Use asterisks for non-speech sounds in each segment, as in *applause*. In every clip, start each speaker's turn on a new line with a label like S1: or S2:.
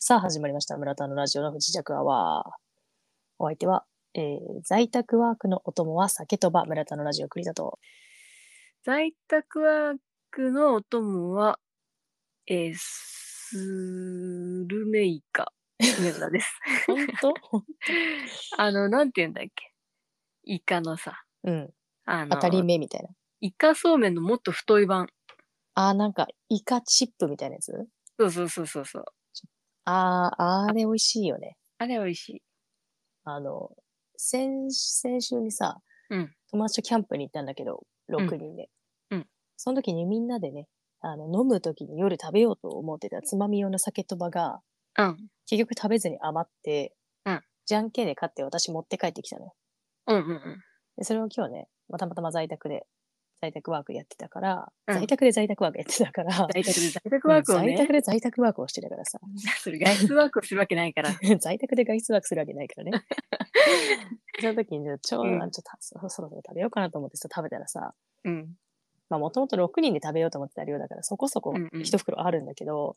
S1: さあ始まりました。村田のラジオの不時着アワー。お相手は、えー在宅ワークのお供は酒とば村田のラジオ栗田と。
S2: *laughs* 在宅ワークのお供は、えー、スルメイカ、梅村です。
S1: 本当
S2: あの、なんて言うんだっけ。イカのさ、
S1: うん。
S2: あの
S1: 当、たり目みたいな。
S2: イカそうめんのもっと太い版。
S1: あー、なんか、イカチップみたいなやつ
S2: そうそうそうそうそう。
S1: あー、あれ美味しいよね。
S2: あれ美味しい。
S1: あの、先、先週にさ、
S2: うん
S1: 友達とキャンプに行ったんだけど、
S2: ん
S1: 6人で。
S2: うん
S1: その時にみんなでね、あの飲む時に夜食べようと思ってたつまみ用の酒とばが、
S2: うん。
S1: 結局食べずに余って、
S2: うん
S1: じゃんけんで買って私持って帰ってきたのよ。
S2: うんうんうん。
S1: でそれを今日ね、まあたまたま在宅で、在宅ワークやってたから、
S2: うん
S1: 在宅で在宅ワークやってたから、
S2: 在宅で在宅ワークを
S1: うん在
S2: ね、
S1: 宅で在宅ワークをしてたから *laughs* さ、
S2: それ外出ワークをするわけないから。
S1: 在宅で外出ワークするわけないから
S2: *laughs*
S1: ね。その時にねちょうど、
S2: うん
S1: あちょっとそろそろ食べようかなと思ってさ食べたらさ、
S2: うん。
S1: まあもともと6人で食べようと思ってた量だからそこそこ
S2: うんうん
S1: 一袋あるんだけど、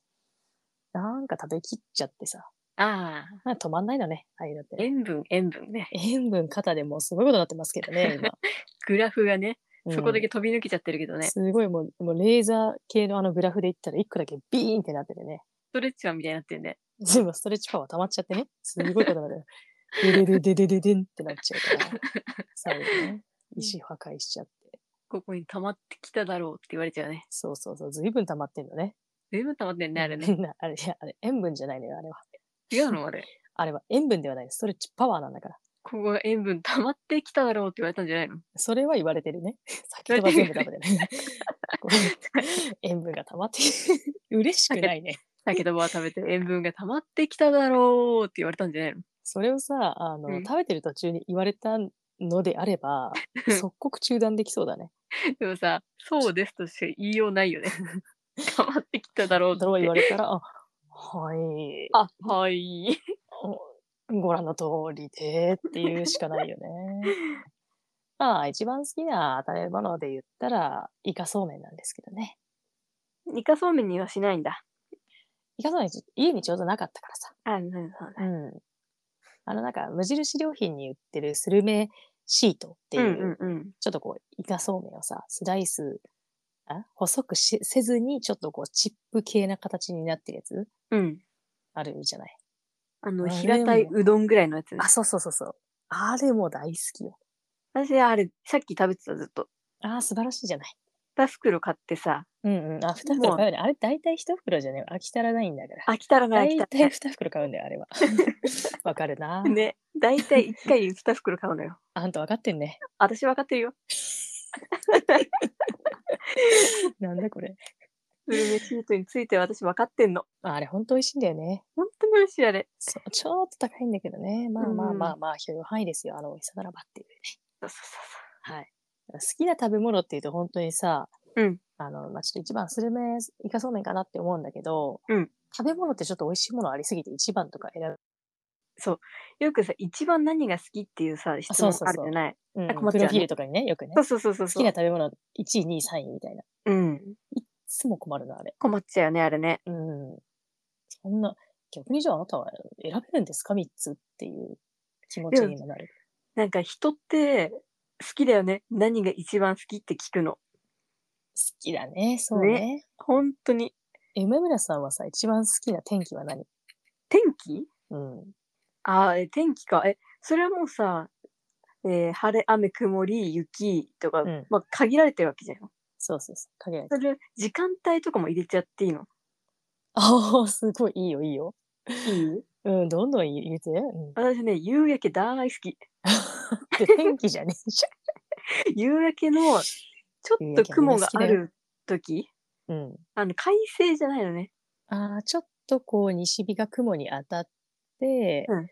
S1: なんか食べきっちゃってさ、
S2: ああ、
S1: なんか止まんないのね、ああいうのってね、
S2: 塩分、塩分ね。
S1: 塩分肩でもうすごいことになってますけど
S2: *laughs*
S1: ね、今。
S2: グラフがね、
S1: うん
S2: そこだけ飛び抜けちゃってるけどね、ス
S1: すごいもう、もうレーザー系のあのグラフでいったら一個だけビーンってなっててね。 *laughs*
S2: トレッチマンみたいになってるね。
S1: 全部ストレッチパワー溜まっちゃってね。すごいことにな
S2: *laughs*
S1: る。でででででででんってなっちゃうから。最後ね。石破壊しちゃって。
S2: ここに溜まってきただろうって言われちゃうね。
S1: そうそうそう。ずいぶん溜まってんのね。
S2: 全部溜まってんね、あれね。
S1: みん *laughs* なあれ、いや、あれ、塩分じゃないのよ、あれは。
S2: 違うのあれ。
S1: あれは塩分ではない。ストレッチパワーなんだから。
S2: ここが塩分溜まってきただろうって言われたんじゃないの
S1: それは言われてるね。 *laughs* 先ほどは全部食べて
S2: *laughs*
S1: ね。こう塩分が溜まってきて、嬉しくないね。
S2: 酒とばを食べて塩分が溜まってきただろうって言われたんじゃないの
S1: それをさ、あの、
S2: うん
S1: 食べてる途中に言われたのであれば、即刻中断できそうだ
S2: *laughs*
S1: ね。
S2: でもさ、そうですとしか言いようないよ *laughs* ね。溜まってきただろう
S1: それは言わ
S2: って。
S1: れたら、あはい、
S2: あ、はい。
S1: ご覧の通りでっていうしかない
S2: *laughs*
S1: よね。まあ、一番好きな食べ物で言ったら、イカそうめんなんですけどね。
S2: イカそうめんにはしないんだ。
S1: イカそうめん、家にちょうどなかったからさ。
S2: あ、そうそう
S1: う。ん。あの、なんか、無印良品に売ってるスルメシートって
S2: う
S1: いう、
S2: んうんうん。
S1: ちょっとこう、イカそうめんをさ、スライス、あ細くしせずに、ちょっとこう、チップ系な形になってるやつ
S2: うん。
S1: あるじゃない。
S2: あ
S1: あ
S2: の、
S1: れ
S2: 平たい
S1: も
S2: うどんぐらいのやつね
S1: あ、。そうそうそうそう。あれも大好きよ。
S2: 私、あれ、さっき食べてた、ずっと。
S1: あー素晴らしいじゃない。
S2: 2袋買ってさ、
S1: うんうん。あ、二袋
S2: もう
S1: 買うよね。あれ大体一袋じゃね飽き足らないんだから。
S2: 飽きたらな
S1: 大
S2: い、飽きた
S1: 体二袋買うんだよ、あれ *laughs* は。わかるな
S2: ら。ない。 *laughs* ね、大体1回に2袋買うのよ。
S1: あんたわかってん *laughs* ね。
S2: 私分かってるよ。
S1: なんだこれ。
S2: スルメシートについては私分かってんの。
S1: あれ、ほんと美味しいんだよね。
S2: 本当に美味しいあれ。
S1: そうちょっと高いんだけどね。まあまあ
S2: うん
S1: まあまあ、許容範囲ですよ。あの美味しさならばっていう。
S2: そうそうそ
S1: はい。好きな食べ物っていうと本当にさ、
S2: うん
S1: あの、まあ、ちょっと一番スルメイカそうめんかなって思うんだけど、
S2: うん
S1: 食べ物ってちょっと美味しいものありすぎて一番とか選
S2: う。よくさ、一番何が好きっていうさ、質
S1: そう
S2: 問
S1: そうそう
S2: あるじゃない。
S1: ぶ、うん
S2: あ困っ
S1: プ
S2: ちゃ
S1: ロ
S2: うね
S1: フィールとかにね、よくね、
S2: そうそうそうそう。
S1: 好きな食べ物1位、2位、3位みたいな。い
S2: うん。
S1: つも困るな、あれ。
S2: 困っちゃうよね、あれね。
S1: うん。そんな、逆にじゃああなたは選べるんですか ?3 つっていう気持ちにもなる。
S2: なんか人って、好きだよね。何が一番好きって聞くの。
S1: 好きだね、そうね。
S2: 本当に。
S1: え梅村さんはさ、一番好きな天気は何
S2: 天気
S1: うん。
S2: ああ、え天気か。え、それはもうさ、えー晴れ、雨、曇り、雪とか、
S1: うん
S2: まあ限られてるわけじゃん。
S1: そうそうそう。限られて
S2: *laughs* それ、時間帯とかも入れちゃっていいの
S1: ああ、すごい、いいよ、いいよ。
S2: いい
S1: うん、どんどん言言うて。 *laughs* うん
S2: 私ね、夕焼け大好き。 *laughs*
S1: で天気じゃねえじ
S2: 夕焼けのちょっと雲がある時
S1: ゃん。うん。
S2: あの快晴じゃないのね
S1: ああ、ちょっとこう、西日が雲に当たって、
S2: うん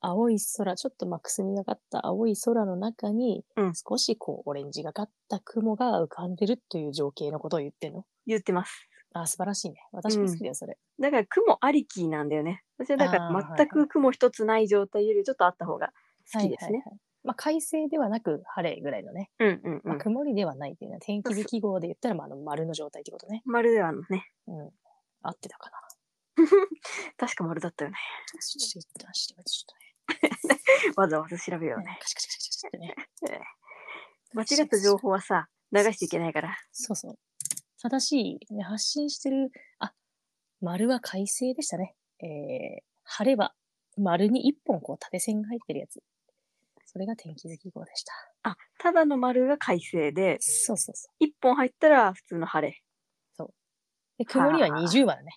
S1: 青い空、ちょっとまあくすみがかった青い空の中に、
S2: うん
S1: 少しこう、オレンジがかった雲が浮かんでるという情景のことを言ってんの。
S2: 言ってます
S1: ああ、素晴らしいね。私も好きだよ、それ。
S2: だから雲ありきなんだよね私はだか
S1: あーはい
S2: ら
S1: はい
S2: 全く雲一つない状態よりちょっとあった方が好きで
S1: は
S2: すね、
S1: いはいはいまあ、快晴ではなく晴れぐらいのね。
S2: うんうんう
S1: まあ、
S2: ん
S1: 曇りではないっていうのは、天気図記号で言ったら、まあ、あの、丸の状態ってことね。
S2: 丸ではのね
S1: うん。合ってたかな。
S2: 確か丸だったよね。 *laughs*
S1: ちょっと一旦調べて、ちょっとね
S2: わざわざ調べようね。
S1: カシカシカシカシってね。
S2: 間違った情報はさ、流しちゃいけないから。
S1: そうそう。正しい、ね、発信してる、あ、丸は快晴でしたね。えー、晴れは、丸に一本こう縦線が入ってるやつ。それが天気づき号でした。
S2: あ、ただの丸が快晴で、
S1: そうそうそう。
S2: 一本入ったら普通の晴れ。
S1: で、曇りは
S2: はあ
S1: 二重丸ね。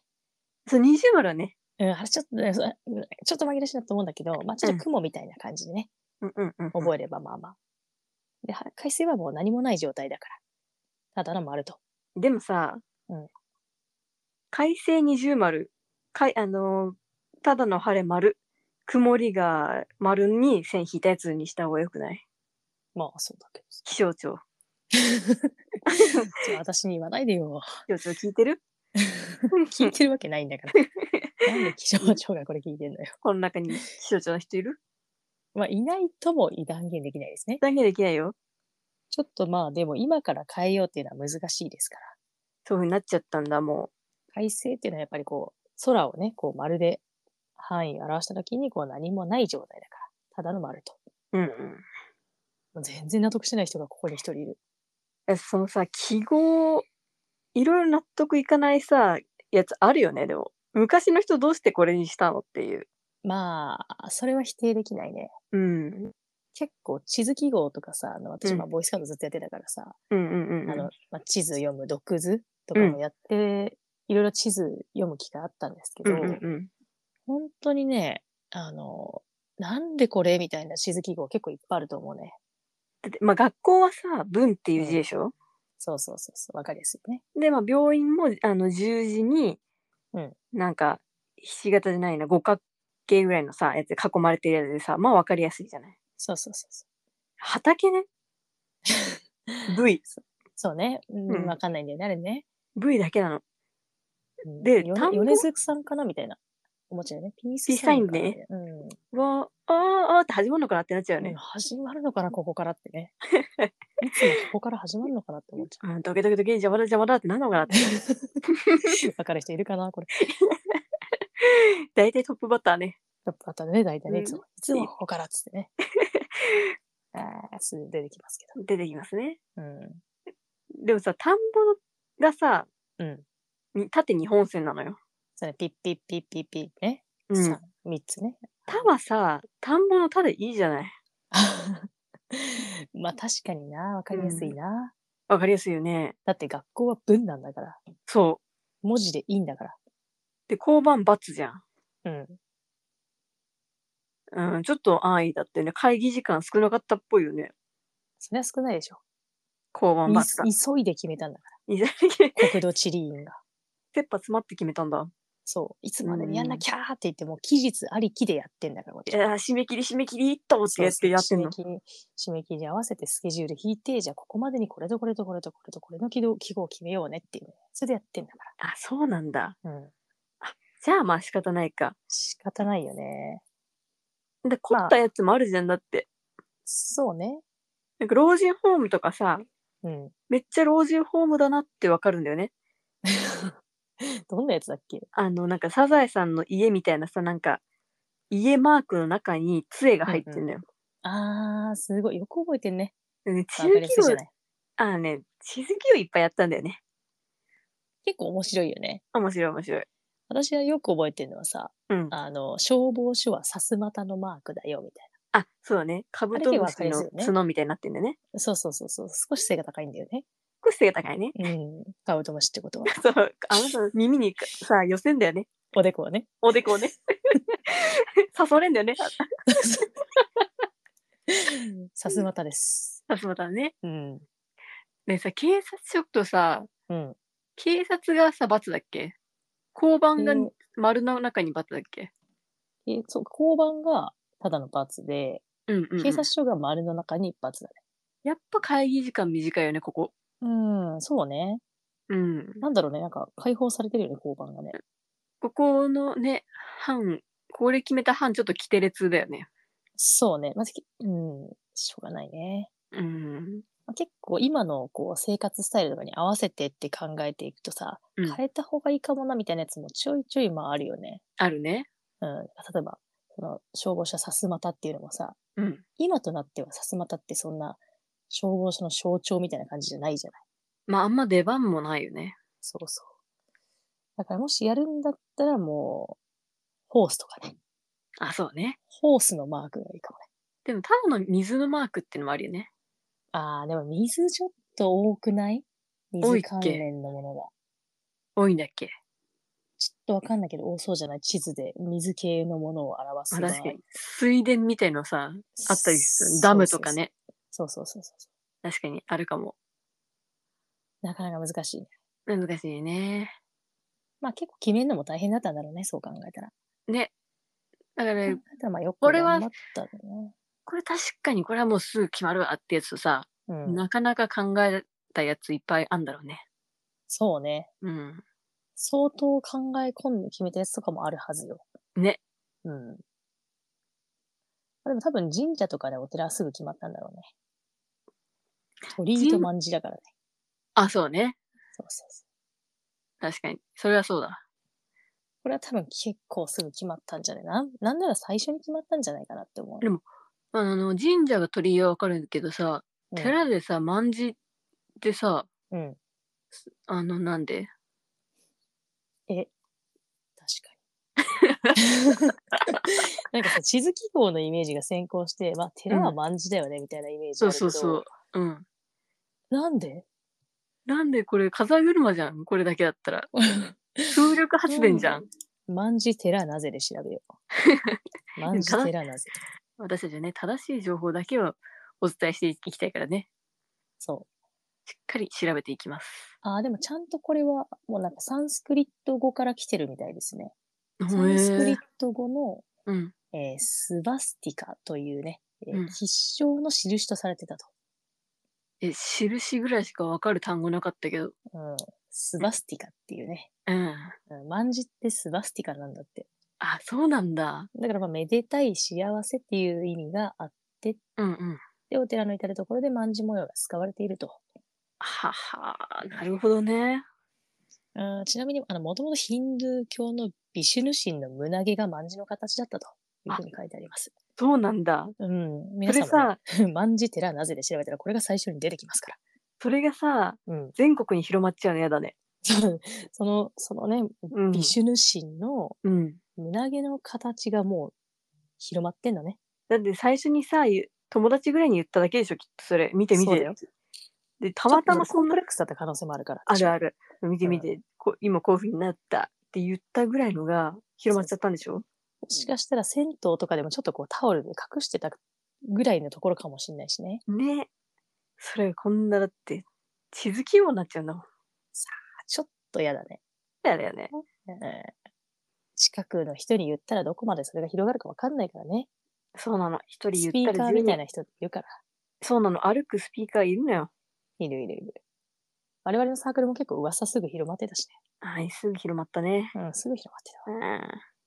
S2: そう、二重丸はね。
S1: うん、あれちょっとね、そうんちょっと紛らわしいなと思うんだけど、まあちょっと雲みたいな感じでね、
S2: うんうんうん。
S1: 覚えればまあまあ。で、は海水はもう何もない状態だから。ただの丸と。
S2: でもさ、
S1: うん
S2: 快晴二重丸、かいあのーただの晴れ丸、曇りが丸に線引いたやつにした方がよくない
S1: まあそうだけど
S2: *laughs*
S1: さ。
S2: 気象庁。
S1: ちょ私に言わないでよ。
S2: 気象庁聞いて *laughs* る
S1: 聞いてるわけないんだ
S2: *laughs*
S1: から。なんで気象庁がこれ聞いてんのよ。
S2: この中に気象庁の人いる
S1: まあいないとも断言できないですね。
S2: 断言できないよ。
S1: ちょっとまあでも今から変えようっていうのは難しいですから。
S2: そういうふうになっちゃったんだ、も
S1: 快晴っていうのはやっぱりこう、空をね、こう丸で範囲を表した時にこう何もない状態だから。ただの丸と。
S2: う。うんうん。
S1: もう全然納得してない人がここに一人いる。
S2: えそのさ、記号、いろいろ納得いかないさ、やつあるよね、でも。昔の人どうしてこれにしたのっていう。
S1: まあ、それは否定できないね。
S2: うん。
S1: 結構地図記号とかさ、あの私
S2: うん
S1: まあボイスカードずっとやってたからさ、
S2: うんうんうんうん。
S1: あのまあ、地図読む読図とかもやって、いろいろ地図読む機会あったんですけ
S2: う
S1: ど、
S2: んうんうん。
S1: 本当にね、あの、なんでこれみたいな地図記号結構いっぱいあると思うね。
S2: だってまあ学校はさ、文っていう字でしょ、
S1: そうそうそうそう、わかりやすいよね。
S2: で、まあ病院もあの十字に、
S1: うん
S2: なんか、ひし形じゃないな、五角形ぐらいのさ、やつで囲まれてるやつでさ、まあわかりやすいじゃない。
S1: そうそうそうそう。
S2: 畑 *laughs* ね。V。
S1: そうね、うん
S2: うん
S1: わかんないんだよね、あれね。
S2: V だけなの。
S1: うん
S2: で
S1: よ
S2: 田んぼ
S1: 米津さんかなみたいな。おもちゃよね。ピース
S2: ピースサイン
S1: かな
S2: ね
S1: みたいなうん。
S2: わあ、あーあーって始まるのかなってなっちゃうよ
S1: うん
S2: ね。
S1: 始まるのかな、ここからって
S2: *laughs*
S1: ね。いつもここから始まるのかなって思っちゃ
S2: うん、ドキドキドキ、邪魔だ邪魔だってなんのかな *laughs* って。 *laughs*
S1: う。わかる人いるかな、これ。
S2: 大体トップバッターね。
S1: だったね、大体ね、
S2: うん
S1: いつも。いつもここからっつってね。
S2: *laughs*
S1: ああ、すぐ出てきますけ
S2: 出てきますね。
S1: ど。うん。
S2: でもさ、田んぼがさ、
S1: うん。
S2: に縦2本線なのよ。
S1: それ、ピッピッピッピッピッね。
S2: うん。
S1: さ三つね。 *laughs*
S2: 田はさ、田んぼの田でいいじゃない。
S1: まあ確かにな、わかりやすいな。
S2: わかりやすいよね。
S1: だって学校は文なんだから。
S2: そう。
S1: 文字でいいんだか
S2: で、交番×じゃ
S1: ら。うん。
S2: ん。うん、ちょっと安易だってね。会議時間少なかったっぽいよね。
S1: それは少ないでしょ。
S2: 交番
S1: い
S2: ×が。
S1: 急いで決めたんだか
S2: いや
S1: ら。国土地理院が。
S2: 切羽詰まって決めたんだ。
S1: そう。いつまでにやんなきゃーって言って、もう期日ありきでやってんだから、こっ
S2: い
S1: ちは
S2: やー、締め切り締め切りと思ってやってやってんの。
S1: 締め切り締め切りに合わせてスケジュール引いて、じゃあここまでにこれとこれとこれとこれとこれの記号記号を決めようねっていうね。それでやってんだか
S2: あ、そうなんだ。
S1: ら。うん。
S2: じゃあまあ仕方ないか。
S1: 仕方ないよね。
S2: で、凝ったやつもあるじゃんだって。
S1: そうね。
S2: なんか老人ホームとかさ、
S1: うん。
S2: めっちゃ老人ホームだなってわかるんだよね。
S1: どんなやつだっけ
S2: あの、なんかサザエさんの家みたいなさ、なんか、家マークの中に杖が入ってんのよ。
S1: あー、すごい。よく覚えてんね。
S2: でね
S1: わ
S2: 地
S1: か
S2: 図
S1: りや
S2: 記
S1: すいじ
S2: 号
S1: ゃない。
S2: あのね、地図記をいっぱいやったんだよね。
S1: 結構面白いよね。
S2: 面白い面白い。
S1: 私はよく覚えてるのはさ、
S2: うん。
S1: あの、消防署はさすまたのマークだよ、みたい
S2: あ、そうだね。カブト
S1: あ
S2: ムシ
S1: れ結構わかりやすい
S2: の
S1: よね
S2: 角みたいになってんだよね。
S1: な。そうそうそうそう。少し背が高いんだよね。
S2: 少し背が高いね。 *laughs*
S1: うん。カブトムシってことは。 *laughs*
S2: そう、あのさ、耳にかさ、寄せんだよね。
S1: おでこはね。 *laughs*
S2: おでこをね。 *laughs* 刺されんだよね。
S1: さすまたです。
S2: 刺すまたね。
S1: うん。
S2: ねさ、警察署とさ、
S1: うん。
S2: 警察がさ、罰だっけ交番が
S1: うん
S2: 丸の中に罰だっけ
S1: えそう、交番がただのパーツで、
S2: うんうんうん。
S1: 警察署が丸の中に一発だね。
S2: やっぱ会議時間短いよね、ここ。
S1: うん、そうね。
S2: うん。
S1: なんだろうね。なんか解放されてるよね、交番がね。
S2: ここのね、班、これ決めた班、ちょっと規定列だよね。
S1: そうね。まず、うん、しょうがないね。
S2: うん。
S1: まあ結構今のこう生活スタイルとかに合わせてって考えていくとさ、
S2: うん
S1: 変えた方がいいかもなみたいなやつもちょいちょいまああるよね。
S2: あるね。
S1: うん、例えばその消防車さすまたっていうのもさ
S2: うん。
S1: 今となってはさすまたってそんな消防署の象徴みたいな感じじゃないじゃない。
S2: まあ、あんま出番もないよね。
S1: そうそう。だからもしやるんだったらもうホースとかね
S2: あ、そうね。
S1: ホースのマークがいいかもね。
S2: でも、ただの水のマークってのもあるよね。
S1: あーでも水ちょっと多くない
S2: 多い
S1: 水
S2: っけ
S1: 関連のものが。
S2: 多いんだっけ
S1: ちょっとわかんないけど、多そうじゃない地図で水系のものを表す
S2: あ
S1: 場合。
S2: 確かに。水田みたいのさ、あったりする。ダムとかね。
S1: そうそうそう。そうそうそうそ
S2: 確かに、あるかも。
S1: う。なかなか難しいね。
S2: 難しいね。
S1: まあ結構決めるのも大変だったんだろうね、そう考えたら。
S2: ね。だから、
S1: 考えたらまあよく
S2: これは
S1: 頑張ったんだね。
S2: これ確かにこれはもうすぐ決まるわってやつとさ、
S1: うん。
S2: なかなか考えたやついっぱいあんだろうね。
S1: そうね。
S2: うん。
S1: 相当考え込んで決めたやつとかもあるはずよ。
S2: ね。
S1: うん。まあでも多分神社とかでお寺はすぐ決まったんだろうね。鳥居と
S2: 神
S1: まんじだからね。
S2: あ、そうね。
S1: そうそうそう。
S2: 確かに。それはそうだ。
S1: これは多分結構すぐ決まったんじゃないなんなんなら最初に決まったんじゃないかなって思う。
S2: でもあの、神社が鳥居はわかるけどさ、
S1: うん、
S2: 寺でさ、万字ってさ、
S1: うん。
S2: あの、なんで
S1: え、確
S2: *laughs*
S1: かに。なんかさ、地図記号のイメージが先行して、まあ、寺は万字だよね、みたいなイメージ
S2: そ
S1: あ
S2: う
S1: るけ
S2: そ
S1: ど。
S2: うそう。うん。
S1: なんで
S2: なんでこれ、風車じゃんこれだけだったら。風力発電じゃん。
S1: 万字寺なぜで調べよう。
S2: *laughs*
S1: 万字寺なぜ。
S2: 私たちはね、正しい情報だけをお伝えしていきたいからね、
S1: そう。
S2: しっかり調べていきます。
S1: ああ、でもちゃんとこれは、もうなんかサンスクリット語から来てるみたいですね。サンスクリット語の、
S2: うん。
S1: えースバスティカというね、えー
S2: うん
S1: 必勝の印とされてたと。
S2: え、印ぐらいしかわかる単語なかったけど。
S1: うん、スバスティカっていうね。
S2: うん。
S1: うん万字ってスバスティカなんだって。
S2: あ、そうなんだ。
S1: だからまあ、めでたい幸せっていう意味があって、
S2: うんうん。
S1: お寺の至るところで万字模様が使われていると。
S2: はは、なるほどね。
S1: うんちなみに、あの、もともとヒンドゥー教のビシュヌ神の胸毛が万字の形だったというふうに書いてあります。
S2: そうなんだ。
S1: うん。
S2: そ
S1: 皆
S2: れ
S1: さんも、
S2: さ、
S1: ね、 *laughs* 万字寺なぜで調べたら、これが最初に出てきますか
S2: それがさ、
S1: ら。うん。
S2: 全国に広まっちゃうの嫌だね。
S1: その、そのね、
S2: うん。
S1: ビシュヌ神の
S2: うん。
S1: 胸毛の形がもう広まってんだね。
S2: だって最初にさ、ゆ友達ぐらいに言っただけでしょ、きっとそれ。見て見
S1: そう
S2: て
S1: だよ。
S2: で、たまたま
S1: ちょっとコ
S2: そん
S1: ン
S2: な
S1: プレックスだった可能性もあるから。
S2: ある
S1: る。
S2: ある。見て見て、こ今こういう風になったって言ったぐらいのが広まっちゃったんでしょ
S1: もしかしたら銭湯とかでもちょっとこうタオルで隠してたぐらいのところかもしれないしね。
S2: ね。それこんなだって、地図記号になっちゃうんだもん。
S1: あちょっと嫌だね。
S2: だよね。
S1: うん近くの人に言ったらどこまでそれが広がるかわかんないからね。
S2: そうなの。一人言
S1: ス
S2: っ
S1: ピ
S2: た
S1: ーカー
S2: ら自由
S1: みた
S2: に
S1: いな人いるから。
S2: そうなの。歩くスピーカーいるのよ。
S1: いるいるいる。我々のサークルも結構噂すぐ広まってたし
S2: はい、すぐ広まったね。
S1: ね。うん、すぐ広まって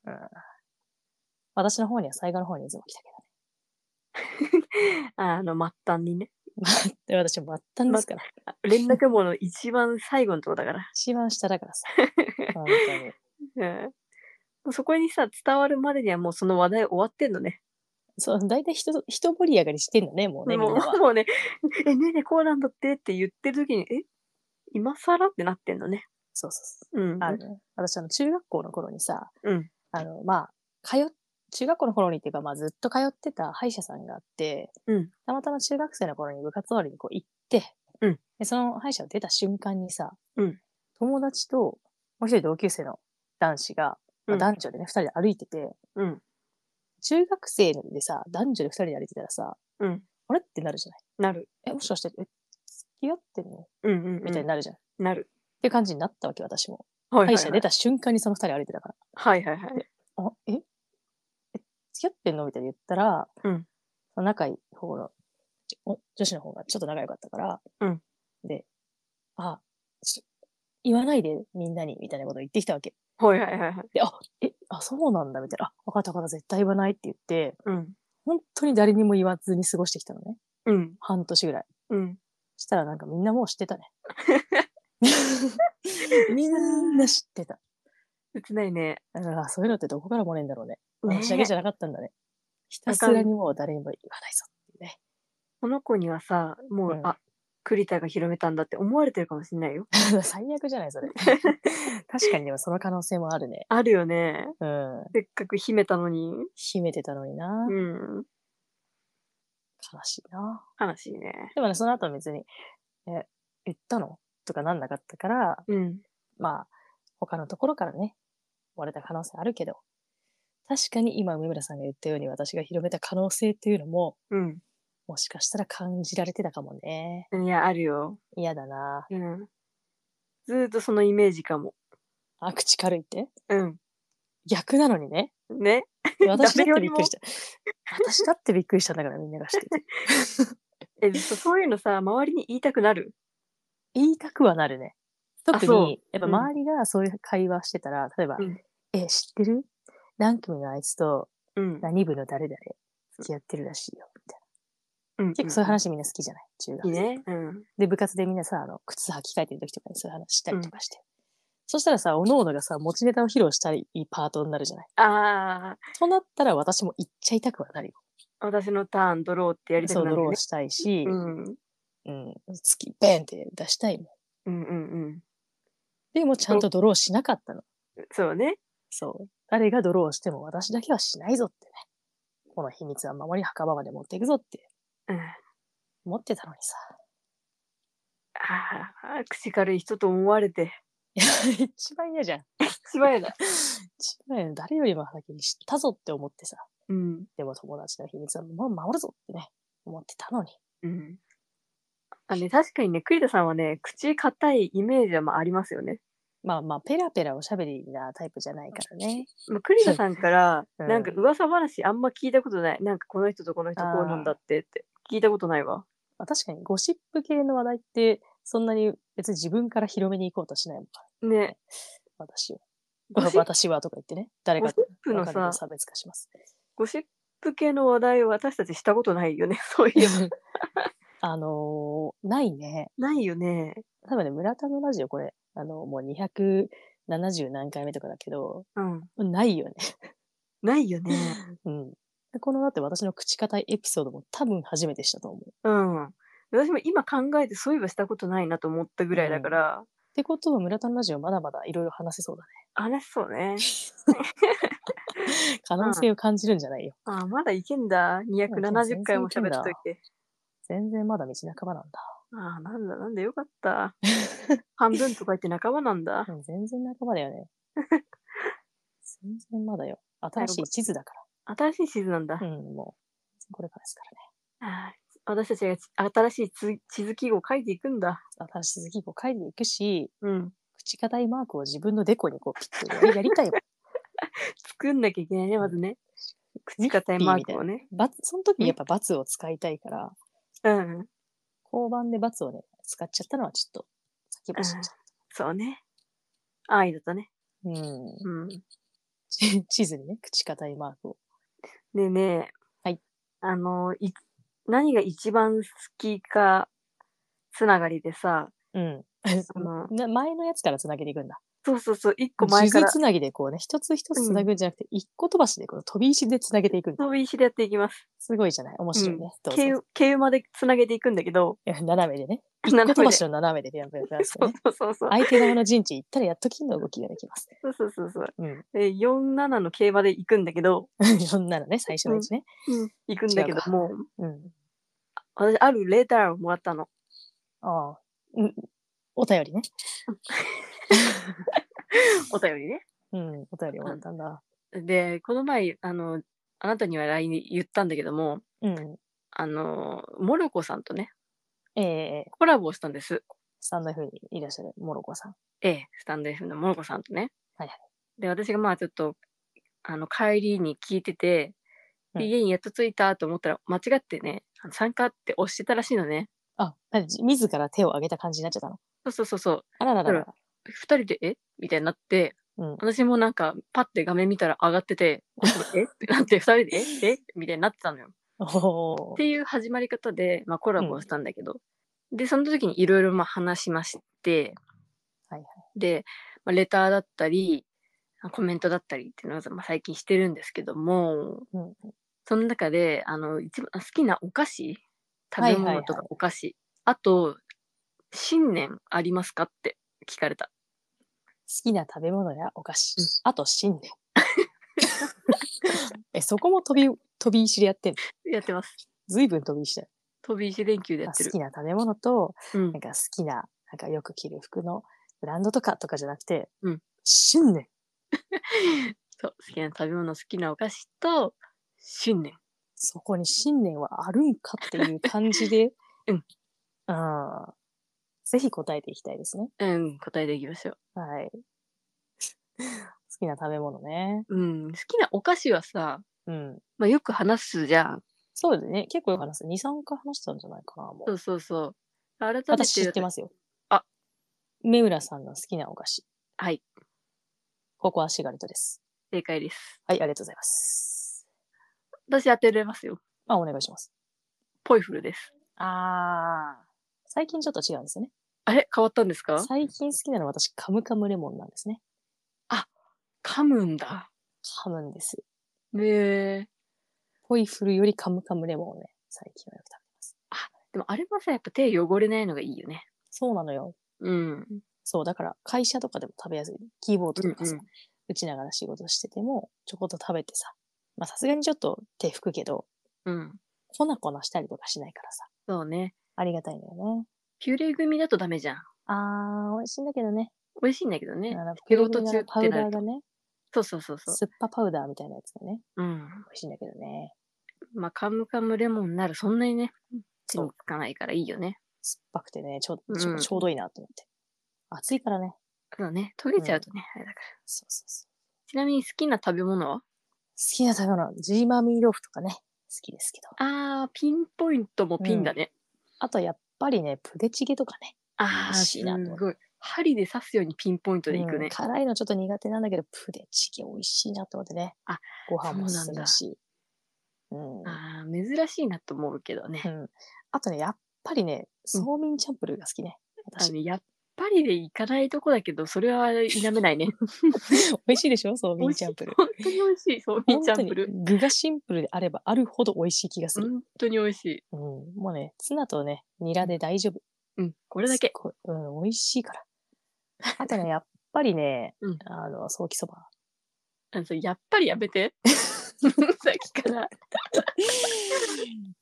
S1: たわ。
S2: うん。 *laughs*
S1: 私の方には最後の方にいつも来たけ
S2: あの、末端にね。
S1: どね。で私も末端ですから。
S2: あ連絡網の一番最後のとこだから。
S1: 一番下だから
S2: *laughs*
S1: さ。本当に。
S2: うん。そこにさ、伝わるまでにはもうその話題終わってんのね。
S1: そう、大体人、人盛り上がりしてんのね、もうね、み
S2: も
S1: ん
S2: う *laughs*
S1: なは。
S2: もうね、え、ねえねえ、こうなんだってって言ってる時に、え、今更ってなってんのね。
S1: そうそうそう。
S2: うん。
S1: あるね。私、あの、中学校の頃にさ、
S2: うん。
S1: あの、まあ、通っ、中学校の頃にっていうか、まあ、ずっと通ってた歯医者さんがあって、
S2: うん
S1: たまたま中学生の頃に部活終わりにこう行って、
S2: うん
S1: で、その歯医者を出た瞬間にさ、
S2: うん
S1: 友達と、もう一人同級生の男子が、まあ、
S2: うん
S1: 男女でね、二、人で歩いてて、
S2: うん。
S1: 中学生でさ、男女で二人で歩いてたらさ、
S2: うん。
S1: あれってなるじゃない
S2: なる。
S1: え、もしかして、え、付き合ってんの
S2: うんうん、うん。
S1: みたいになるじゃん。っ
S2: なる。
S1: ていう感じになったわけ、私も。
S2: は
S1: 歯医者出た瞬間にその二人歩いてたから。
S2: はいはいはい。
S1: あ、ええ付き合ってんのみたいに言ったら、
S2: うん
S1: その仲いい方の、ちょお女子の方がちょっと仲良かったから、
S2: うん
S1: で、あ、ちょ言わないでみんなに、みたいなことを言ってきたわけ。
S2: はいはいはいはい。
S1: で、あ、え、あ、そうなんだ、みたいな。あ、わかったわかった、絶対言わないって言って、
S2: うん。
S1: 本当に誰にも言わずに過ごしてきたのね。
S2: うん。
S1: 半年ぐらい。
S2: うん。
S1: したらなんかみんなもう知ってた *laughs* ね。みんな知ってた。
S2: 切ないね。
S1: だからそういうのってどこから漏れんだろうね。
S2: ねえ
S1: 私だけじゃなかったんだね。ひたすらにもう誰にも言わないぞっていうね。
S2: この子にはさ、もう、
S1: うん
S2: あ、栗田が広めたんだって思われてるかもしれないよ。
S1: *laughs* 最悪じゃない、それ。確かにでもその可能性もあるね。
S2: あるよね。
S1: うん。
S2: せっかく秘めたのに。
S1: 秘めてたのにな
S2: う。ん。
S1: 悲しいな。
S2: 悲しいね。
S1: でもね、その後は別に、え、言ったのとかなんなかったから、
S2: うん。
S1: まあ、他のところからね、割れた可能性あるけど、確かに今、梅村さんが言ったように私が広めた可能性っていうのも、
S2: う
S1: もしかしたら感じられてたかもね。
S2: ん。いや、あるよ。
S1: 嫌だな。
S2: うん。ずーっとそのイメージかも。
S1: あ、口軽いって
S2: うん。
S1: 逆なのにね。
S2: ね。
S1: 私だってびっくりした。私だってびっくりしたんだからみんながして
S2: *laughs*
S1: て。
S2: え、そそういうのさ、周りに言いたくなる。
S1: 言いたくはなるね。特
S2: そう
S1: に、やっぱ
S2: うん
S1: 周りがそういう会話してたら、例えば、
S2: うん
S1: え、知ってる何組のあいつと
S2: うん。
S1: 何部の誰々付き合ってるらしいよ、みたい
S2: うん。
S1: な。結構そういう話みんな好きじゃない中学
S2: い
S1: 生
S2: いね。うん。
S1: で、部活でみんなさ、あの、靴履き替えてる時とかにそういう話したりとかして。そしたらさ、おのおのがさ、持ちネタを披露したいパートになるじゃない。
S2: ああ、
S1: となったら私も言っちゃいたくはなるよ。
S2: 私のターン、ドローってやりた
S1: そ
S2: く
S1: う、
S2: な
S1: ド
S2: る
S1: ロ
S2: よ
S1: ー
S2: ね。
S1: したいし、
S2: うん。
S1: うん、月、ベンって出したいもん。
S2: うんうん
S1: でもちゃんとドローしなかったの。
S2: うん。そうね。
S1: そう。誰がドローしても私だけはしないぞってね。この秘密は守り墓場まで持っていくぞって
S2: うん。
S1: 思ってたのにさ。
S2: ああ、口軽い人と思われて。
S1: いや、一番嫌じゃん。
S2: しばやだ。
S1: 一番嫌誰よりも先に知ったぞって思ってさ。
S2: うん。
S1: でも友達の秘密はもう守るぞってね、思ってたのに。
S2: うん。あね、確かにね、栗田さんはね、口硬いイメージはまあありますよね。
S1: まあまあ、ペラペラおしゃべりなタイプじゃないからね。
S2: まあ、栗田さんから、
S1: *laughs* うん
S2: なんか噂話あんま聞いたことない。なんかこの人とこの人こうなんだってって聞いたことないわ。
S1: まあ、確かにゴシップ系の話題って、そんなに別に自分から広めに行こうとしないもんか
S2: ね。
S1: ら、私は。
S2: ゴシップ
S1: 私はとか言ってね、誰かと
S2: ゴシップのさ
S1: 分かると差別化します。
S2: ゴシップ系の話題を私たちしたことないよね。 *laughs* そういえば。
S1: *laughs* あのーないね。
S2: ないよね。
S1: 多分ね、村田のラジオこれ、あの、もう270何回目とかだけど、
S2: うん。
S1: ないよね。
S2: ないよね。
S1: うん。このだって私の口堅いエピソードも多分初めてしたと思う。
S2: *laughs* うん。私も今考えてそういえばしたことないなと思ったぐらいだから、
S1: ってことは村田のラジオまだまだいろいろ話せそうだね。
S2: 話しそうね。 *laughs*
S1: 可能性を感じるんじゃないよ。
S2: ああ、まだいけんだ。270回も喋っといて。
S1: 全然まだ道半ばなんだ。
S2: ああ、なんだなんだよかった。 *laughs* 半分とか言って仲間なんだ
S1: う。ん全然半ばだよね。全然まだよ。新しい地図だか
S2: 新しい地図なんだ。
S1: ら。うん、もう。これからですから
S2: ああ私たちがち新しい地地図記号を書いていくんだ。
S1: ね。新しい図記を書いていくし、
S2: うん。
S1: 口堅いマークを自分のデコにこうピッとやりやりた
S2: *laughs*
S1: いわ。
S2: 作んなきゃいけないね、まずね。口硬い
S1: ミッ
S2: マ
S1: フィーみ
S2: ー
S1: たい
S2: ク
S1: な
S2: をね。
S1: バツその時にやっぱバツを使いたいから、
S2: うん。
S1: 交番でバツをね、使っちゃったのはちょっと先走っちゃっ
S2: そうね。愛だったね。
S1: た。うん。
S2: うん。ね
S1: *laughs* 地図にね、口堅いマークを。
S2: えねえ。
S1: はい。
S2: あの、い何が一番好きか、つながりでさ、
S1: うん。
S2: あの、
S1: *laughs* な前のやつからつなげていくんだ。
S2: そうそうそう、一個前
S1: 地
S2: か
S1: 図
S2: ら
S1: つなぎでこうね、一つ一つつなぐんじゃなくて、一個飛ばしでこの飛び石でつなげていくんだ。
S2: 飛び石でやっていきます。
S1: すごいじゃない面白いね。どうぞ
S2: 経由経由までつなげていくんだけど、
S1: いや斜めでね。一
S2: *laughs* 斜
S1: 個飛
S2: めで
S1: ばしの斜めでやっぱやってます
S2: そ
S1: よ
S2: う
S1: ね。
S2: そうそうそう。
S1: 相手側の陣地行ったらやっと金の動きができます。
S2: そうそうそうそう。
S1: うん。 *laughs*
S2: で47の経由まで行くんだけど、
S1: そんなのね、最初のうちね。
S2: 行くんだけど
S1: 違うか
S2: も、
S1: うん。
S2: 私、あるレターをもらったの。
S1: ああ。うん。お便りね。
S2: お便りね。
S1: うん。お便りもらったんだ。
S2: で、この前、あの、あなたには LINE に言ったんだけども、
S1: うん。
S2: あの、モロコさんとね、
S1: ええ
S2: コラボをしたんです。
S1: スタンド F にいらっしゃるモロコさん。
S2: ええ、スタンド F のモロコさんとね。
S1: はいはい
S2: で、私がまあちょっと、あの、帰りに聞いてて、
S1: う
S2: で
S1: ん
S2: 家にやっと着いたと思ったら、間違ってね、あの参加って押してたらしいのね。
S1: あ、なにじ自ら手を挙げた感じになっちゃったの。
S2: そうそうそうそう。
S1: あらららら。
S2: 二人で、えみたいになって、
S1: うん。
S2: 私もなんか、パッて画面見たら上がってて、こっちもえってなって、二人で、ええみたいになってたのよ。
S1: お
S2: っ
S1: ー
S2: ていう始まり方で、まあ、コラボをしたんだけど、で、その時にいろいろまあ話しまして、
S1: はいはい
S2: で、まあ、レターだったり、コメントだったりっていうのをまあ最近してるんですけども、
S1: うん
S2: その中で、あの、一番好きなお菓子食
S1: はいは
S2: べ
S1: いはい
S2: 物とかお菓子、あと、新年ありますかって聞かれた。
S1: きな食べ物やお菓子、あと新年。 *laughs* え、そこも飛び、飛び石でやってんの
S2: やってます。
S1: ずいぶん飛び石だよ。
S2: 飛び石連休でや
S1: あ
S2: って
S1: 好
S2: る
S1: き。な食べ物と、
S2: うん
S1: なん、か好きな、なんかよく着る服のブランドとかとかじゃなくて、
S2: うん
S1: 新年。
S2: そう好きな食べ物、好きなお菓子と、新年。、
S1: そこに信念はあるんかっていう感じで
S2: *laughs* うん。
S1: ああ。ぜひ答えていきたいですね。
S2: うん、答えていきましょう。
S1: はい。 *laughs* 好きな食べ物ね。
S2: うん、好きなお菓子はさ、
S1: うん。
S2: まあ、よく話すじゃん。
S1: そうですね。結構よく話す。2、3回話したんじゃないかな、も。
S2: そううそうそう。改めて
S1: 私知ってますよ。
S2: あ
S1: 目浦さんの好きなお菓子。
S2: はい、
S1: ここはシガレットです。
S2: 正解です。
S1: はい、ありがとうございます。
S2: 私当てれますよ。
S1: あ、お願いします。
S2: ポイフルです。
S1: あー。最近ちょっと違うんですよね。
S2: あれ変わったんですか
S1: 最近好きなのは私、カムカムレモンなんですね。
S2: 噛むんだ。
S1: 噛むんです。
S2: ねえ。
S1: ポイフルよりカムカムレモンをね、最近はよく食べます。
S2: でもあれはさ、やっぱ手汚れないのがいいよね。
S1: そうなのよ。
S2: うん。
S1: そう、だから会社とかでも食べやすい。キーボードとかさ、
S2: うんうん
S1: 打ちながら仕事してても、ちょこっと食べてさ、まあさすがにちょっと手拭くけど、
S2: うん。
S1: 粉粉したりとかしないからさ、
S2: そうね。
S1: ありがたいのよね。
S2: ピュレ組だとダメじゃん。
S1: あー、美味しいんだけどね。
S2: 美味しいんだけどね
S1: あ。の、
S2: 仕
S1: ペロ
S2: 事
S1: ト
S2: 中ってなると
S1: パウダーがね、
S2: そうそうそうそう。
S1: 酸っぱパウダーみたいなやつがね、
S2: うん。
S1: 美味しいんだけどね。
S2: まあ、カムカムレモンならそんなにね、手につかないからいいよね。
S1: 酸っぱくてね、ちょ
S2: うん
S1: ちょちょうどいいなと思って。暑いからね。
S2: そうね。溶けちゃうとね、あれだから。
S1: そうそうそう。
S2: ちなみに好きな食べ物は
S1: 好きな食べ物、ジーマミーローフとかね、好きですけど。
S2: あー、ピンポイントもピンだね。
S1: あとやっぱりね、プデチゲとかね。
S2: あー、
S1: 美味しいなと
S2: す
S1: 思って
S2: ごい。針で刺すようにピンポイントでいく
S1: う
S2: ね
S1: ん。辛いのちょっと苦手なんだけど、プデチゲ美味しいなと思ってね。
S2: あ
S1: ご飯も
S2: そ
S1: 進
S2: うなんだ
S1: むし。うん。
S2: あー、珍しいなと思うけどね。
S1: うんあとね、やっぱりね、そうみんチャンプルーが好きね。
S2: あ
S1: 私、
S2: のやっぱりで行かないとこだけど、それは否めないね。
S1: *laughs* 美味しいでしょそうみ
S2: 美
S1: ん
S2: 味し
S1: チ
S2: い
S1: ャンプルー。
S2: 本当に美味しい、そうみんチャンプル
S1: 本当に具がシンプルであればあるほど美味しい気がす
S2: ー。
S1: る。
S2: 本当に美味しい。
S1: うん、もうね、ツナとね、ニラで大丈夫。
S2: うん、こ
S1: こ
S2: れだけ。。
S1: うん、美味しいから。あとね、やっぱりね、
S2: うん
S1: あの、ソーキそば。
S2: あのそれやっぱりやめて。さっきから。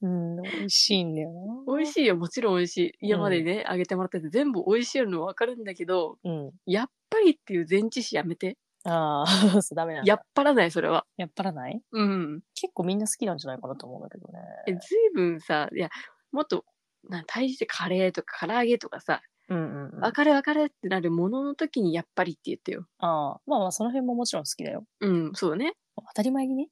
S1: うん、美味しいんだよな。
S2: 美味しいよ、もちろん美味しい。今までね、あ、げてもらったやつ全部美味しいのわかるんだけど、
S1: うん。
S2: やっぱりっていう前置詞やめて。
S1: ああ、そうダメなんだ。
S2: やっぱらない、それは。
S1: やっぱらない
S2: うん。
S1: 結構みんな好きなんじゃないかなと思うんだけどね。
S2: え、ずいぶんさ、いや、もっと、な対してカレーとか唐揚げとかさ、
S1: うんうん、うん。
S2: わ
S1: あ
S2: かるわかるってなるものの時にやっぱりって言ってよ。
S1: あまあまあ、その辺ももちろん好きだよ。
S2: うん、そうね。
S1: 当たり前にね。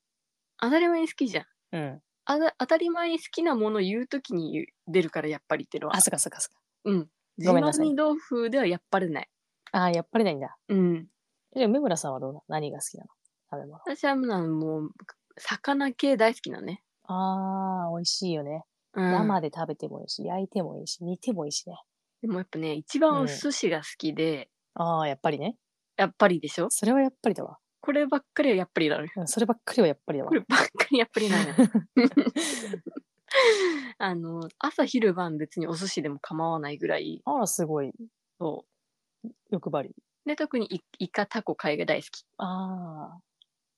S2: 当たり前に好きじゃん。
S1: うん。
S2: あた当たり前に好きなもの言う時に言う出るからやっぱりってのは
S1: あ、。そっかそっかそっか。
S2: うん。自
S1: ごめんなさい
S2: 慢に豆腐ではやっぱりない。
S1: ああ、やっぱりないんだ。
S2: うん。
S1: じゃあ、梅村さんはどうな何が好きなの食べ物。
S2: 私はもうもう魚系大好きなのね。
S1: ああ、美味しいよね。
S2: うん、
S1: 生で食べてもいいし、焼いてもいいし、煮てもいいしね。
S2: でもやっぱね、一番
S1: う
S2: お
S1: ん
S2: 寿司が好きで、
S1: ああ、やっぱりね。
S2: やっぱりでしょ
S1: それはやっぱりだわ。
S2: こればっかりはやっぱりなのよ。
S1: うん、そればっかりはやっぱりだわ
S2: こ。ればっかりやっぱり *laughs* なのよ。あの、朝昼晩別にお寿司でも構わないぐらい。
S1: あら、すごい。
S2: そ
S1: 欲張り。
S2: う。で、特にイイカ、タコ、貝が大好き。
S1: ああ。